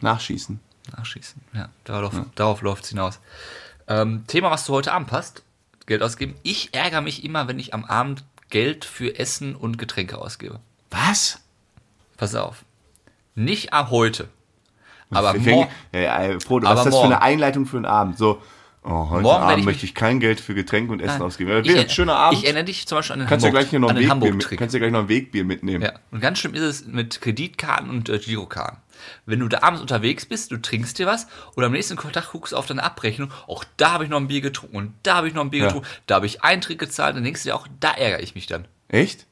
[SPEAKER 1] nachschießen.
[SPEAKER 2] Nachschießen. Ja, darauf, darauf läuft es hinaus. Ähm, Thema, was du heute Abend passt: Geld ausgeben. Ich ärgere mich immer, wenn ich am Abend Geld für Essen und Getränke ausgebe.
[SPEAKER 1] Was?
[SPEAKER 2] Pass auf. Nicht ab heute. Aber
[SPEAKER 1] Wir
[SPEAKER 2] morgen.
[SPEAKER 1] fängen, ja, ja, ey, Frodo,
[SPEAKER 2] Aber
[SPEAKER 1] was ist das
[SPEAKER 2] morgen.
[SPEAKER 1] für eine Einleitung für einen Abend? So, oh, heute
[SPEAKER 2] Morgen werd
[SPEAKER 1] Abend
[SPEAKER 2] ich
[SPEAKER 1] möchte
[SPEAKER 2] mich-
[SPEAKER 1] ich kein Geld für Getränke und Essen
[SPEAKER 2] Nein.
[SPEAKER 1] ausgeben. Ja,
[SPEAKER 2] Ich
[SPEAKER 1] wird ein
[SPEAKER 2] er-
[SPEAKER 1] schöner Abend.
[SPEAKER 2] Ich erinnere dich zum Beispiel an den
[SPEAKER 1] kannst ja
[SPEAKER 2] Hamburg,
[SPEAKER 1] gleich hier noch
[SPEAKER 2] an
[SPEAKER 1] ein
[SPEAKER 2] den
[SPEAKER 1] Wegbier, mit-
[SPEAKER 2] Hamburg-Trick.
[SPEAKER 1] kannst ja gleich noch ein Wegbier mitnehmen.
[SPEAKER 2] Ja, und ganz schlimm ist es mit Kreditkarten und äh, Girokarten. Wenn du da abends unterwegs bist, du trinkst dir was und am nächsten Tag guckst du auf deine Abrechnung, auch da habe ich noch ein Bier getrunken und da habe ich noch ein Bier
[SPEAKER 1] Ja.
[SPEAKER 2] getrunken, da habe ich einen Trick gezahlt, dann denkst du dir auch, da ärgere ich mich dann.
[SPEAKER 1] Echt?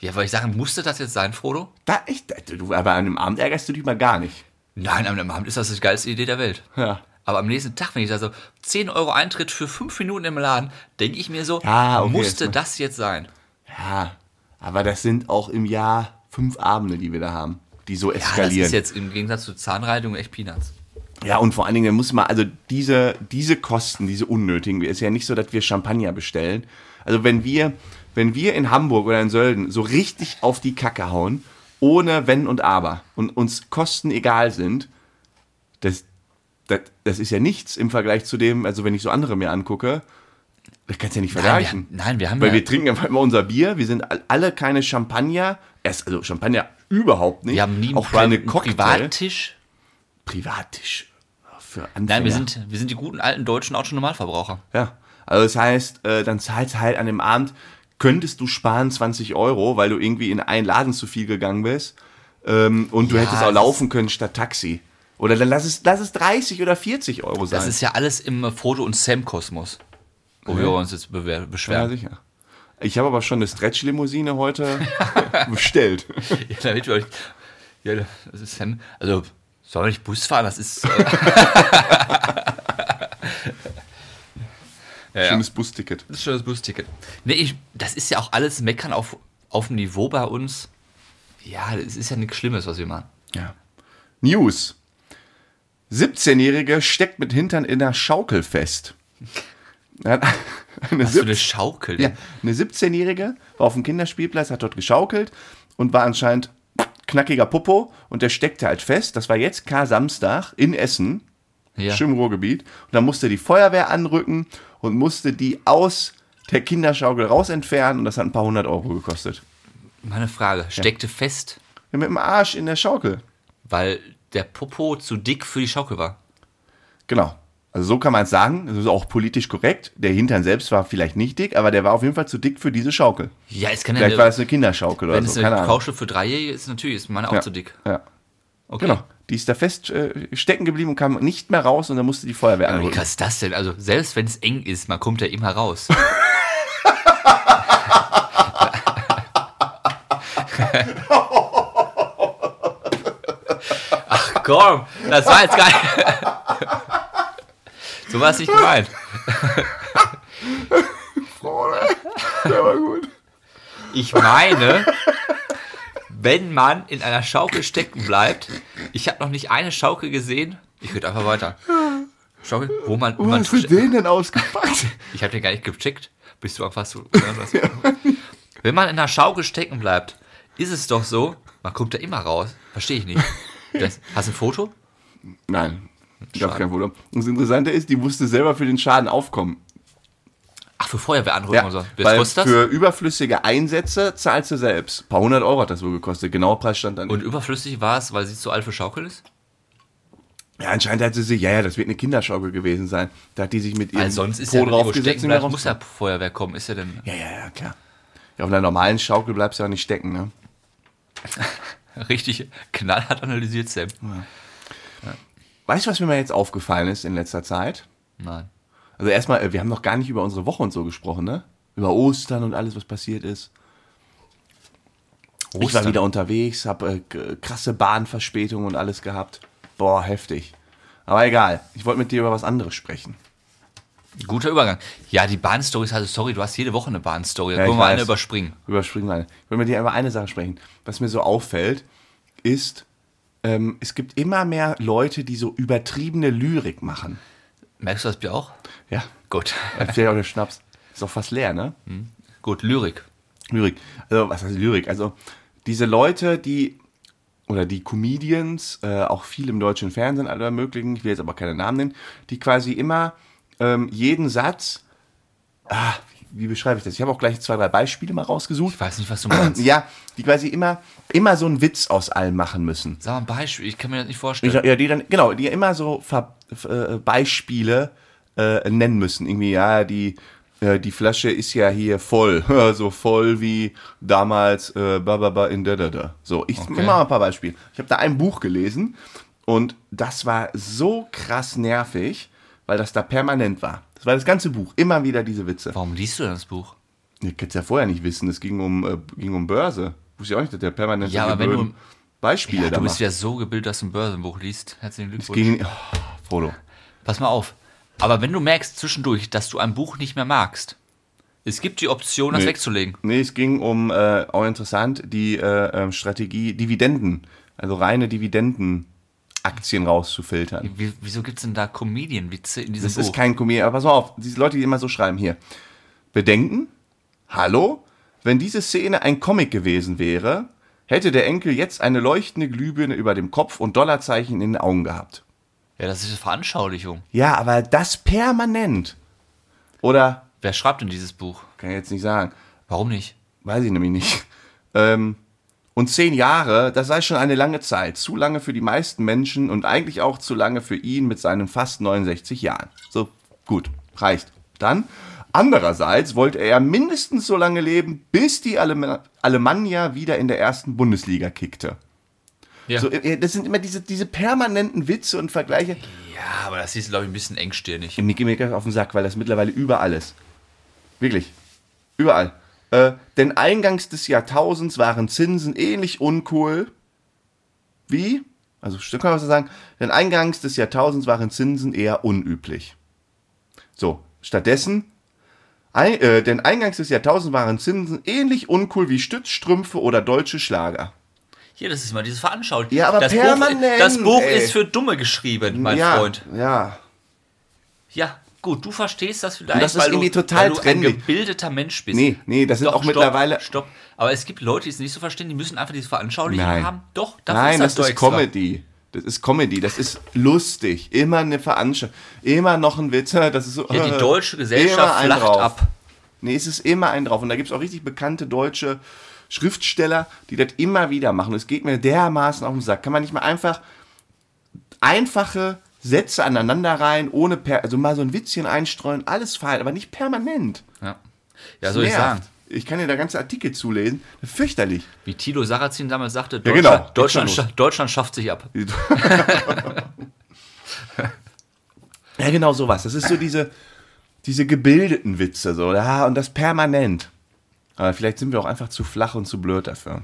[SPEAKER 2] Ja, weil ich sage, musste das jetzt sein, Frodo?
[SPEAKER 1] Da, echt? Du, aber an einem Abend ärgerst du dich mal gar nicht.
[SPEAKER 2] Nein, am Abend ist das die geilste Idee der Welt.
[SPEAKER 1] Ja.
[SPEAKER 2] Aber am nächsten Tag, wenn ich da so 10 Euro Eintritt für 5 Minuten im Laden, denke ich mir so,
[SPEAKER 1] Ja, Ah, okay,
[SPEAKER 2] musste
[SPEAKER 1] jetzt mal-
[SPEAKER 2] das jetzt sein? Ah,
[SPEAKER 1] Ja, aber das sind auch im Jahr fünf Abende, die wir da haben, die so
[SPEAKER 2] Ja, das
[SPEAKER 1] eskalieren.
[SPEAKER 2] ist jetzt im Gegensatz zu Zahnreinigung echt Peanuts.
[SPEAKER 1] Ja, und vor allen Dingen muss man, also diese, diese Kosten, diese unnötigen, ist ja nicht so, dass wir Champagner bestellen. Also wenn wir, wenn wir in Hamburg oder in Sölden so richtig auf die Kacke hauen, ohne Wenn und Aber und uns Kosten egal sind, das, das, das ist ja nichts im Vergleich zu dem, also wenn ich so andere mir angucke, das kannst du ja nicht vergleichen.
[SPEAKER 2] Nein, wir, nein, wir haben
[SPEAKER 1] Weil
[SPEAKER 2] ja,
[SPEAKER 1] wir trinken einfach immer unser Bier, wir sind all- alle keine Champagner, erst, also Champagner überhaupt nicht.
[SPEAKER 2] wir haben nie
[SPEAKER 1] auch keine
[SPEAKER 2] einen
[SPEAKER 1] Cocktail.
[SPEAKER 2] Privattisch.
[SPEAKER 1] Privattisch. Für
[SPEAKER 2] Nein, wir
[SPEAKER 1] Anfänger.
[SPEAKER 2] sind, wir sind die guten alten deutschen Autonormalverbraucher.
[SPEAKER 1] Ja. Also das heißt, äh, dann zahlst halt an dem Abend, könntest du sparen 20 Euro, weil du irgendwie in einen Laden zu viel gegangen bist. Ähm, und du
[SPEAKER 2] Ja,
[SPEAKER 1] hättest auch
[SPEAKER 2] das-
[SPEAKER 1] laufen können statt Taxi. Oder dann lass es, lass es 30 oder 40 Euro sein.
[SPEAKER 2] Das ist ja alles im äh, Foto- und Sam-Kosmos, wo wir uns jetzt bewer-
[SPEAKER 1] ja
[SPEAKER 2] beschweren.
[SPEAKER 1] sicher. Ich habe aber schon eine Stretch-Limousine heute bestellt.
[SPEAKER 2] Ja, damit wir euch. Ja, das ist Sam. Also, soll man nicht Bus fahren? Das ist. Äh, ja, ja.
[SPEAKER 1] Schönes Busticket.
[SPEAKER 2] Das ist schon das Busticket. Nee, ich, das ist ja auch alles Meckern auf, auf dem Niveau bei uns. Ja, es ist ja nichts Schlimmes, was wir machen.
[SPEAKER 1] Ja. News. 17-Jährige steckt mit Hintern in einer Schaukel fest. Eine
[SPEAKER 2] So eine
[SPEAKER 1] 17
[SPEAKER 2] Schaukel.
[SPEAKER 1] ja, eine 17-Jährige war auf dem Kinderspielplatz, hat dort geschaukelt und war anscheinend knackiger Popo und der steckte halt fest. Das war jetzt Kar-Samstag in Essen,
[SPEAKER 2] Ja.
[SPEAKER 1] schön im Ruhrgebiet. Und dann musste die Feuerwehr anrücken und musste die aus der Kinderschaukel raus entfernen und das hat ein paar hundert Euro gekostet.
[SPEAKER 2] Meine Frage: Steckte fest,
[SPEAKER 1] Ja, mit dem Arsch in der Schaukel.
[SPEAKER 2] weil der Popo zu dick für die Schaukel war?
[SPEAKER 1] Genau. Also so kann man es sagen. Das ist auch politisch korrekt. Der Hintern selbst war vielleicht nicht dick, aber der war auf jeden Fall zu dick für diese Schaukel.
[SPEAKER 2] Ja, es kann ja.
[SPEAKER 1] Vielleicht war das eine Kinderschaukel
[SPEAKER 2] Wenn
[SPEAKER 1] oder
[SPEAKER 2] es
[SPEAKER 1] so. Also, Keine
[SPEAKER 2] eine
[SPEAKER 1] Ahnung.
[SPEAKER 2] Kausche für Dreijährige ist, natürlich ist meine auch
[SPEAKER 1] Ja.
[SPEAKER 2] zu dick.
[SPEAKER 1] Ja.
[SPEAKER 2] Okay.
[SPEAKER 1] Genau. Die ist da fest äh, stecken geblieben und kam nicht mehr raus und dann musste die Feuerwehr
[SPEAKER 2] Aber wie
[SPEAKER 1] anrücken.
[SPEAKER 2] krass ist das denn? Also, selbst wenn es eng ist, man kommt ja immer raus. Ach komm, das war jetzt gar nicht. so war es nicht gemeint. Ich meine, wenn man in einer Schaukel stecken bleibt, ich habe noch nicht eine Schaukel gesehen. Ich rede einfach weiter. Schaukel, wo man, wo man
[SPEAKER 1] Was Oh, ist den denn ausgepackt?
[SPEAKER 2] Ich habe den gar nicht gecheckt. Bist du einfach so. Wenn man in der Schaukel stecken bleibt, ist es doch so, man kommt da immer raus. Verstehe ich nicht. Das, hast du ein Foto?
[SPEAKER 1] Nein. Gab kein Foto. Und das Interessante ist, die musste selber für den Schaden aufkommen.
[SPEAKER 2] Ach, für Feuerwehr anrufen
[SPEAKER 1] Ja,
[SPEAKER 2] und so. Was
[SPEAKER 1] weil
[SPEAKER 2] kostet das?
[SPEAKER 1] für überflüssige Einsätze zahlst du selbst. Ein paar hundert Euro hat das wohl gekostet. Genauer Preis stand dann.
[SPEAKER 2] Und überflüssig war es, weil sie zu alt für Schaukel ist?
[SPEAKER 1] Ja, anscheinend hat sie sich, ja, ja, das wird eine Kinderschaukel gewesen sein. Da hat die sich mit ihrem
[SPEAKER 2] Weil sonst ist
[SPEAKER 1] Po
[SPEAKER 2] ja, wenn
[SPEAKER 1] drauf
[SPEAKER 2] irgendwo
[SPEAKER 1] gesetzt
[SPEAKER 2] stecken
[SPEAKER 1] und da
[SPEAKER 2] bleibt, muss ja Feuerwehr kommen. Ist ja denn.
[SPEAKER 1] Ja, ja, ja, klar. Ja, auf einer normalen Schaukel bleibst du ja auch nicht stecken, ne?
[SPEAKER 2] Richtig knallhart analysiert, Sam.
[SPEAKER 1] Weißt du, was mir mal jetzt aufgefallen ist in letzter Zeit?
[SPEAKER 2] Nein.
[SPEAKER 1] Also erstmal, äh, wir haben noch gar nicht über unsere Woche und so gesprochen, ne? Über Ostern und alles, was passiert ist. Ich war
[SPEAKER 2] Ostern.
[SPEAKER 1] wieder unterwegs, hab äh, k- krasse Bahnverspätungen und alles gehabt. Boah, heftig. Aber egal, ich wollte mit dir über was anderes sprechen.
[SPEAKER 2] Guter Übergang. Ja, die Bahnstory ist also, sorry, du hast jede Woche eine Bahnstory. Da
[SPEAKER 1] Ja,
[SPEAKER 2] können
[SPEAKER 1] ich
[SPEAKER 2] wir eine
[SPEAKER 1] weiß.
[SPEAKER 2] überspringen.
[SPEAKER 1] Überspringen wir eine. Ich will mit dir über eine Sache sprechen. Was mir so auffällt, ist, ähm, es gibt immer mehr Leute, die so übertriebene Lyrik machen.
[SPEAKER 2] Merkst du das Bier auch?
[SPEAKER 1] Ja,
[SPEAKER 2] Gut.
[SPEAKER 1] vielleicht auch der Schnaps. Ist doch fast leer, ne?
[SPEAKER 2] Gut, Lyrik.
[SPEAKER 1] Lyrik. Also, was heißt Lyrik? Also, diese Leute, die, oder die Comedians, äh, auch viel im deutschen Fernsehen alle ermöglichen, ich will jetzt aber keine Namen nennen, die quasi immer ähm, jeden Satz, ah, wie beschreibe ich das? Ich habe auch gleich zwei, drei Beispiele mal rausgesucht.
[SPEAKER 2] Ich weiß nicht, was du meinst.
[SPEAKER 1] Ja, die quasi immer, immer so einen Witz aus allem machen müssen.
[SPEAKER 2] Sag mal ein Beispiel, ich kann mir das nicht
[SPEAKER 1] Ich,
[SPEAKER 2] vorstellen.
[SPEAKER 1] sag, ja, die dann, genau, die immer so Ver, äh, Beispiele äh, nennen müssen. Irgendwie, ja, die, äh, die Flasche ist ja hier voll. so voll wie damals äh, bababa in da da da. So, ich
[SPEAKER 2] Okay.
[SPEAKER 1] mach mal ein paar Beispiele. Ich habe da ein Buch gelesen und das war so krass nervig, weil das da permanent war. Das war das ganze Buch, immer wieder diese Witze.
[SPEAKER 2] Warum liest du denn das Buch?
[SPEAKER 1] Ihr könnt es ja vorher nicht wissen, es ging um, äh, ging um Börse. Wusste ich auch nicht, dass der permanent
[SPEAKER 2] Ja,
[SPEAKER 1] solche
[SPEAKER 2] aber wenn du-
[SPEAKER 1] blöden Beispiele
[SPEAKER 2] Ja,
[SPEAKER 1] da
[SPEAKER 2] du bist
[SPEAKER 1] macht.
[SPEAKER 2] ja so gebildet, dass du ein Börsenbuch liest. Herzlichen
[SPEAKER 1] Es
[SPEAKER 2] Glückwunsch.
[SPEAKER 1] ging, oh, Frodo.
[SPEAKER 2] Pass mal auf. Aber wenn du merkst zwischendurch, dass du ein Buch nicht mehr magst, es gibt die Option, das
[SPEAKER 1] Nee.
[SPEAKER 2] wegzulegen.
[SPEAKER 1] Nee, es ging um, äh, auch interessant, die äh, ähm, Strategie Dividenden, also reine Dividendenaktien rauszufiltern.
[SPEAKER 2] Wie, wieso gibt es denn da Comedian-Witze in diesem
[SPEAKER 1] Das
[SPEAKER 2] Buch?
[SPEAKER 1] ist kein Komik, aber pass mal auf, diese Leute, die immer so schreiben hier. Bedenken? Hallo? Wenn diese Szene ein Comic gewesen wäre, hätte der Enkel jetzt eine leuchtende Glühbirne über dem Kopf und Dollarzeichen in den Augen gehabt.
[SPEAKER 2] ja, das ist eine Veranschaulichung.
[SPEAKER 1] Ja, aber das permanent. Oder,
[SPEAKER 2] Wer schreibt denn dieses Buch?
[SPEAKER 1] kann ich jetzt nicht sagen,
[SPEAKER 2] Warum nicht?
[SPEAKER 1] Weiß ich nämlich nicht. Ähm, und zehn Jahre, das sei schon eine lange Zeit. Zu lange für die meisten Menschen und eigentlich auch zu lange für ihn mit seinen fast 69 Jahren. So, gut, reicht. Dann, andererseits wollte er mindestens so lange leben, bis die Alem Alemannia wieder in der ersten Bundesliga kickte.
[SPEAKER 2] Ja.
[SPEAKER 1] So, äh, das sind immer diese, diese permanenten Witze und Vergleiche.
[SPEAKER 2] ja, aber das ist, glaube ich, ein bisschen engstirnig.
[SPEAKER 1] Im Nicky Maker auf den Sack, weil das mittlerweile überall ist. Wirklich. Überall. Äh, denn eingangs des Jahrtausends waren Zinsen ähnlich uncool wie, also stimmt, kann man so sagen, denn eingangs des Jahrtausends waren Zinsen eher unüblich. So, stattdessen, ein, äh, denn eingangs des Jahrtausends waren Zinsen ähnlich uncool wie Stützstrümpfe oder deutsche Schlager.
[SPEAKER 2] Hier, das ist mal dieses Veranschaulichung.
[SPEAKER 1] Ja, aber
[SPEAKER 2] das Buch,
[SPEAKER 1] permanent,
[SPEAKER 2] das Buch
[SPEAKER 1] ey.
[SPEAKER 2] ist für Dumme geschrieben, mein
[SPEAKER 1] ja,
[SPEAKER 2] Freund.
[SPEAKER 1] Ja,
[SPEAKER 2] Ja, gut, du verstehst das vielleicht,
[SPEAKER 1] das ist
[SPEAKER 2] weil,
[SPEAKER 1] irgendwie
[SPEAKER 2] du,
[SPEAKER 1] total
[SPEAKER 2] weil du ein
[SPEAKER 1] trendig.
[SPEAKER 2] gebildeter Mensch bist.
[SPEAKER 1] Nee, nee, das sind auch
[SPEAKER 2] stopp,
[SPEAKER 1] mittlerweile-
[SPEAKER 2] Stopp, aber es gibt Leute, die es nicht so verstehen, die müssen einfach diese Veranschaulichung
[SPEAKER 1] Nein.
[SPEAKER 2] haben. Doch,
[SPEAKER 1] Nein, das,
[SPEAKER 2] doch
[SPEAKER 1] ist
[SPEAKER 2] extra.
[SPEAKER 1] Comedy. Das ist Comedy, das ist lustig. Immer eine Veranstaltung, immer noch ein Witz. Das ist so,
[SPEAKER 2] Ja, die deutsche
[SPEAKER 1] Immer
[SPEAKER 2] Gesellschaft
[SPEAKER 1] Äh, einen
[SPEAKER 2] flacht
[SPEAKER 1] drauf.
[SPEAKER 2] ab.
[SPEAKER 1] Nee, es ist immer ein drauf. Und da gibt es auch richtig bekannte deutsche Schriftsteller, die das immer wieder machen. Es geht mir dermaßen auf den Sack. Kann man nicht mal einfach einfache Sätze aneinander rein, ohne per, also mal so ein Witzchen einstreuen, alles fein, aber nicht permanent.
[SPEAKER 2] Ja, ja soll ich
[SPEAKER 1] Nervt.
[SPEAKER 2] sagen.
[SPEAKER 1] Ich kann dir da ganze Artikel zulesen. Fürchterlich.
[SPEAKER 2] Wie Tilo Sarrazin damals sagte,
[SPEAKER 1] Ja, genau.
[SPEAKER 2] Deutschland,
[SPEAKER 1] Geht schon los.
[SPEAKER 2] Deutschland, scha- Deutschland schafft sich ab.
[SPEAKER 1] Ja, genau sowas. Das ist so diese, diese gebildeten Witze, so, ja, und das permanent. Aber vielleicht sind wir auch einfach zu flach und zu blöd dafür.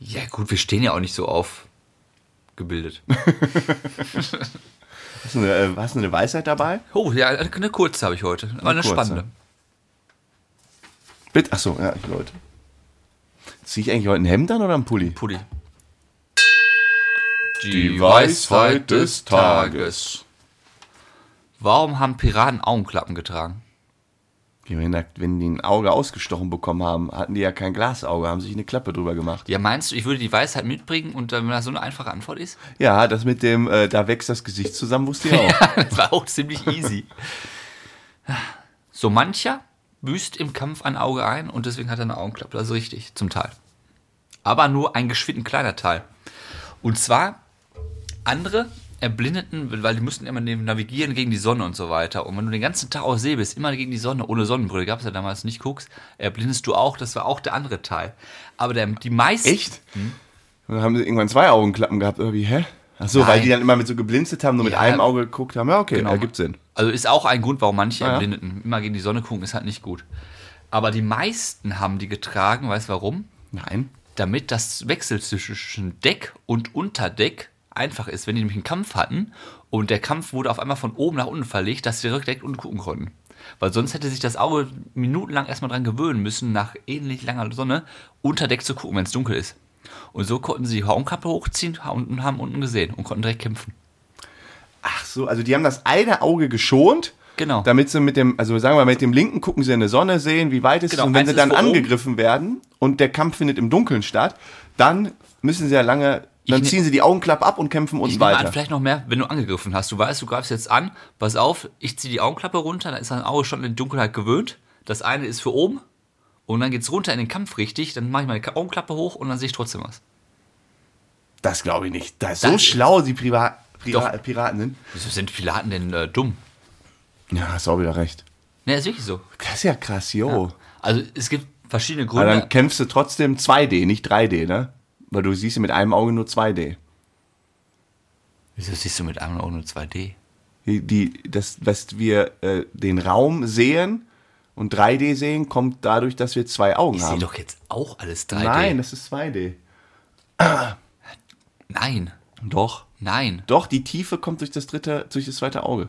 [SPEAKER 2] Ja gut, wir stehen ja auch nicht so auf gebildet.
[SPEAKER 1] Hast du eine, äh, hast du eine Weisheit dabei?
[SPEAKER 2] Oh, ja, eine kurze habe ich heute, aber eine,
[SPEAKER 1] kurze.
[SPEAKER 2] spannende.
[SPEAKER 1] Bitte? Achso, ja, Leute. Zieh ich eigentlich heute ein Hemd an oder ein Pulli?
[SPEAKER 2] Pulli.
[SPEAKER 1] Die Weisheit des Tages.
[SPEAKER 2] Warum haben Piraten Augenklappen getragen?
[SPEAKER 1] Ja, Wenn da- wenn die ein Auge ausgestochen bekommen haben, hatten die ja kein Glasauge, haben sich eine Klappe drüber gemacht.
[SPEAKER 2] Ja, meinst du, ich würde die Weisheit mitbringen und dann, wenn das so eine einfache Antwort ist?
[SPEAKER 1] Ja, das mit dem, äh, da wächst das Gesicht zusammen, wusste ich auch.
[SPEAKER 2] das war auch ziemlich easy. So mancher büßt im Kampf ein Auge ein und deswegen hat er eine Augenklappe. Das ist richtig, zum Teil. Aber nur ein geschwind kleiner Teil. Und zwar andere erblindeten, weil die mussten immer neben- navigieren gegen die Sonne und so weiter. Und wenn du den ganzen Tag auf See bist, immer gegen die Sonne, ohne Sonnenbrille, gab es ja damals nicht, guckst, erblindest du auch, das war auch der andere Teil. Aber der, die meisten...
[SPEAKER 1] Echt? Und dann haben sie irgendwann zwei Augenklappen gehabt, oder wie, hä? Achso, weil
[SPEAKER 2] Nein.
[SPEAKER 1] die dann immer mit so geblinzelt haben, nur mit
[SPEAKER 2] Ja.
[SPEAKER 1] einem Auge geguckt haben. Ja, okay,
[SPEAKER 2] Genau.
[SPEAKER 1] ergibt Sinn.
[SPEAKER 2] Also ist auch ein Grund, warum manche
[SPEAKER 1] ja.
[SPEAKER 2] Erblindeten immer gegen die Sonne gucken, ist halt nicht gut. Aber die meisten haben die getragen, weißt du warum?
[SPEAKER 1] Nein.
[SPEAKER 2] Damit das Wechsel zwischen Deck und Unterdeck einfach ist. Wenn die nämlich einen Kampf hatten und der Kampf wurde auf einmal von oben nach unten verlegt, dass sie direkt unten gucken konnten. Weil sonst hätte sich das Auge minutenlang erstmal dran gewöhnen müssen, nach ähnlich langer Sonne Unterdeck zu gucken, wenn es dunkel ist. Und so konnten sie die Hornkappe hochziehen und haben unten gesehen und konnten direkt kämpfen.
[SPEAKER 1] Ach so, also die haben das eine Auge geschont.
[SPEAKER 2] Genau.
[SPEAKER 1] Damit sie mit dem, also sagen wir mal, mit dem linken gucken sie in die Sonne, sehen, wie weit es
[SPEAKER 2] Genau,
[SPEAKER 1] ist. Und wenn
[SPEAKER 2] eins
[SPEAKER 1] sie
[SPEAKER 2] ist
[SPEAKER 1] dann
[SPEAKER 2] vor oben.
[SPEAKER 1] angegriffen werden und der Kampf findet im Dunkeln statt, dann müssen sie ja lange, dann
[SPEAKER 2] ne-
[SPEAKER 1] ziehen sie die Augenklappe ab und kämpfen unten
[SPEAKER 2] Ich nehme an,
[SPEAKER 1] weiter.
[SPEAKER 2] vielleicht noch mehr, wenn du angegriffen hast. Du weißt, du greifst jetzt an, pass auf, ich ziehe die Augenklappe runter, dann ist dein Auge schon in die Dunkelheit gewöhnt. Das eine ist für oben und dann geht's runter in den Kampf richtig, dann mache ich meine Ka- Augenklappe hoch und dann sehe ich trotzdem was.
[SPEAKER 1] Das glaube ich nicht. Da ist
[SPEAKER 2] Das
[SPEAKER 1] so
[SPEAKER 2] ist-
[SPEAKER 1] schlau die Priva Priva
[SPEAKER 2] Doch.
[SPEAKER 1] Piraten sind.
[SPEAKER 2] Wieso sind Piraten denn äh, dumm?
[SPEAKER 1] Ja, hast auch wieder recht.
[SPEAKER 2] Ne, ist wirklich so.
[SPEAKER 1] Das ist ja krass, jo.
[SPEAKER 2] Also es gibt verschiedene
[SPEAKER 1] Oh. Aber
[SPEAKER 2] Gründe.
[SPEAKER 1] dann kämpfst du trotzdem 2D, nicht 3D, ne? Weil du siehst ja mit einem Auge nur 2D.
[SPEAKER 2] Wieso siehst du mit einem Auge nur 2D?
[SPEAKER 1] Die, die, das, was wir äh, den Raum sehen und 3D sehen, kommt dadurch, dass wir zwei Augen
[SPEAKER 2] Ich sehe
[SPEAKER 1] haben.
[SPEAKER 2] doch jetzt auch alles 3D.
[SPEAKER 1] Nein, das ist 2D.
[SPEAKER 2] Nein.
[SPEAKER 1] Doch.
[SPEAKER 2] Nein.
[SPEAKER 1] Doch, die Tiefe kommt durch das dritte, durch das zweite Auge.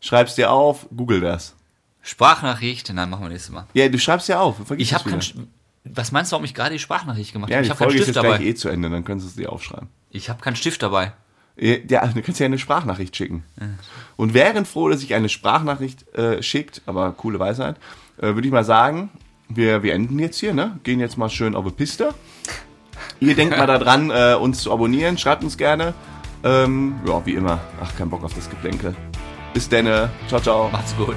[SPEAKER 1] Schreib's dir auf, google das.
[SPEAKER 2] Sprachnachricht, nein, machen wir nächstes Mal.
[SPEAKER 1] Ja, du schreibst ja auf. vergiss
[SPEAKER 2] Ich
[SPEAKER 1] das
[SPEAKER 2] habe keinen.
[SPEAKER 1] wieder.
[SPEAKER 2] Sch- Was meinst du, warum ich gerade die Sprachnachricht gemacht
[SPEAKER 1] Ja,
[SPEAKER 2] habe?
[SPEAKER 1] die
[SPEAKER 2] Ich habe keinen
[SPEAKER 1] Folge ist
[SPEAKER 2] Stift
[SPEAKER 1] jetzt
[SPEAKER 2] dabei.
[SPEAKER 1] gleich eh zu Ende, dann kannst du es dir aufschreiben.
[SPEAKER 2] Ich habe keinen Stift dabei.
[SPEAKER 1] Ja, Äh, du kannst ja eine Sprachnachricht schicken. Und wären froh, dass ich eine Sprachnachricht äh, schickt, aber coole Weisheit, äh, würde ich mal sagen, wir, wir enden jetzt hier, ne? Gehen jetzt mal schön auf die Piste. Ihr denkt mal daran, äh, uns zu abonnieren, schreibt uns gerne. Ähm, ja, wie immer. Ach, kein Bock auf das Geplänkel. Bis denne. Ciao, ciao.
[SPEAKER 2] Macht's gut.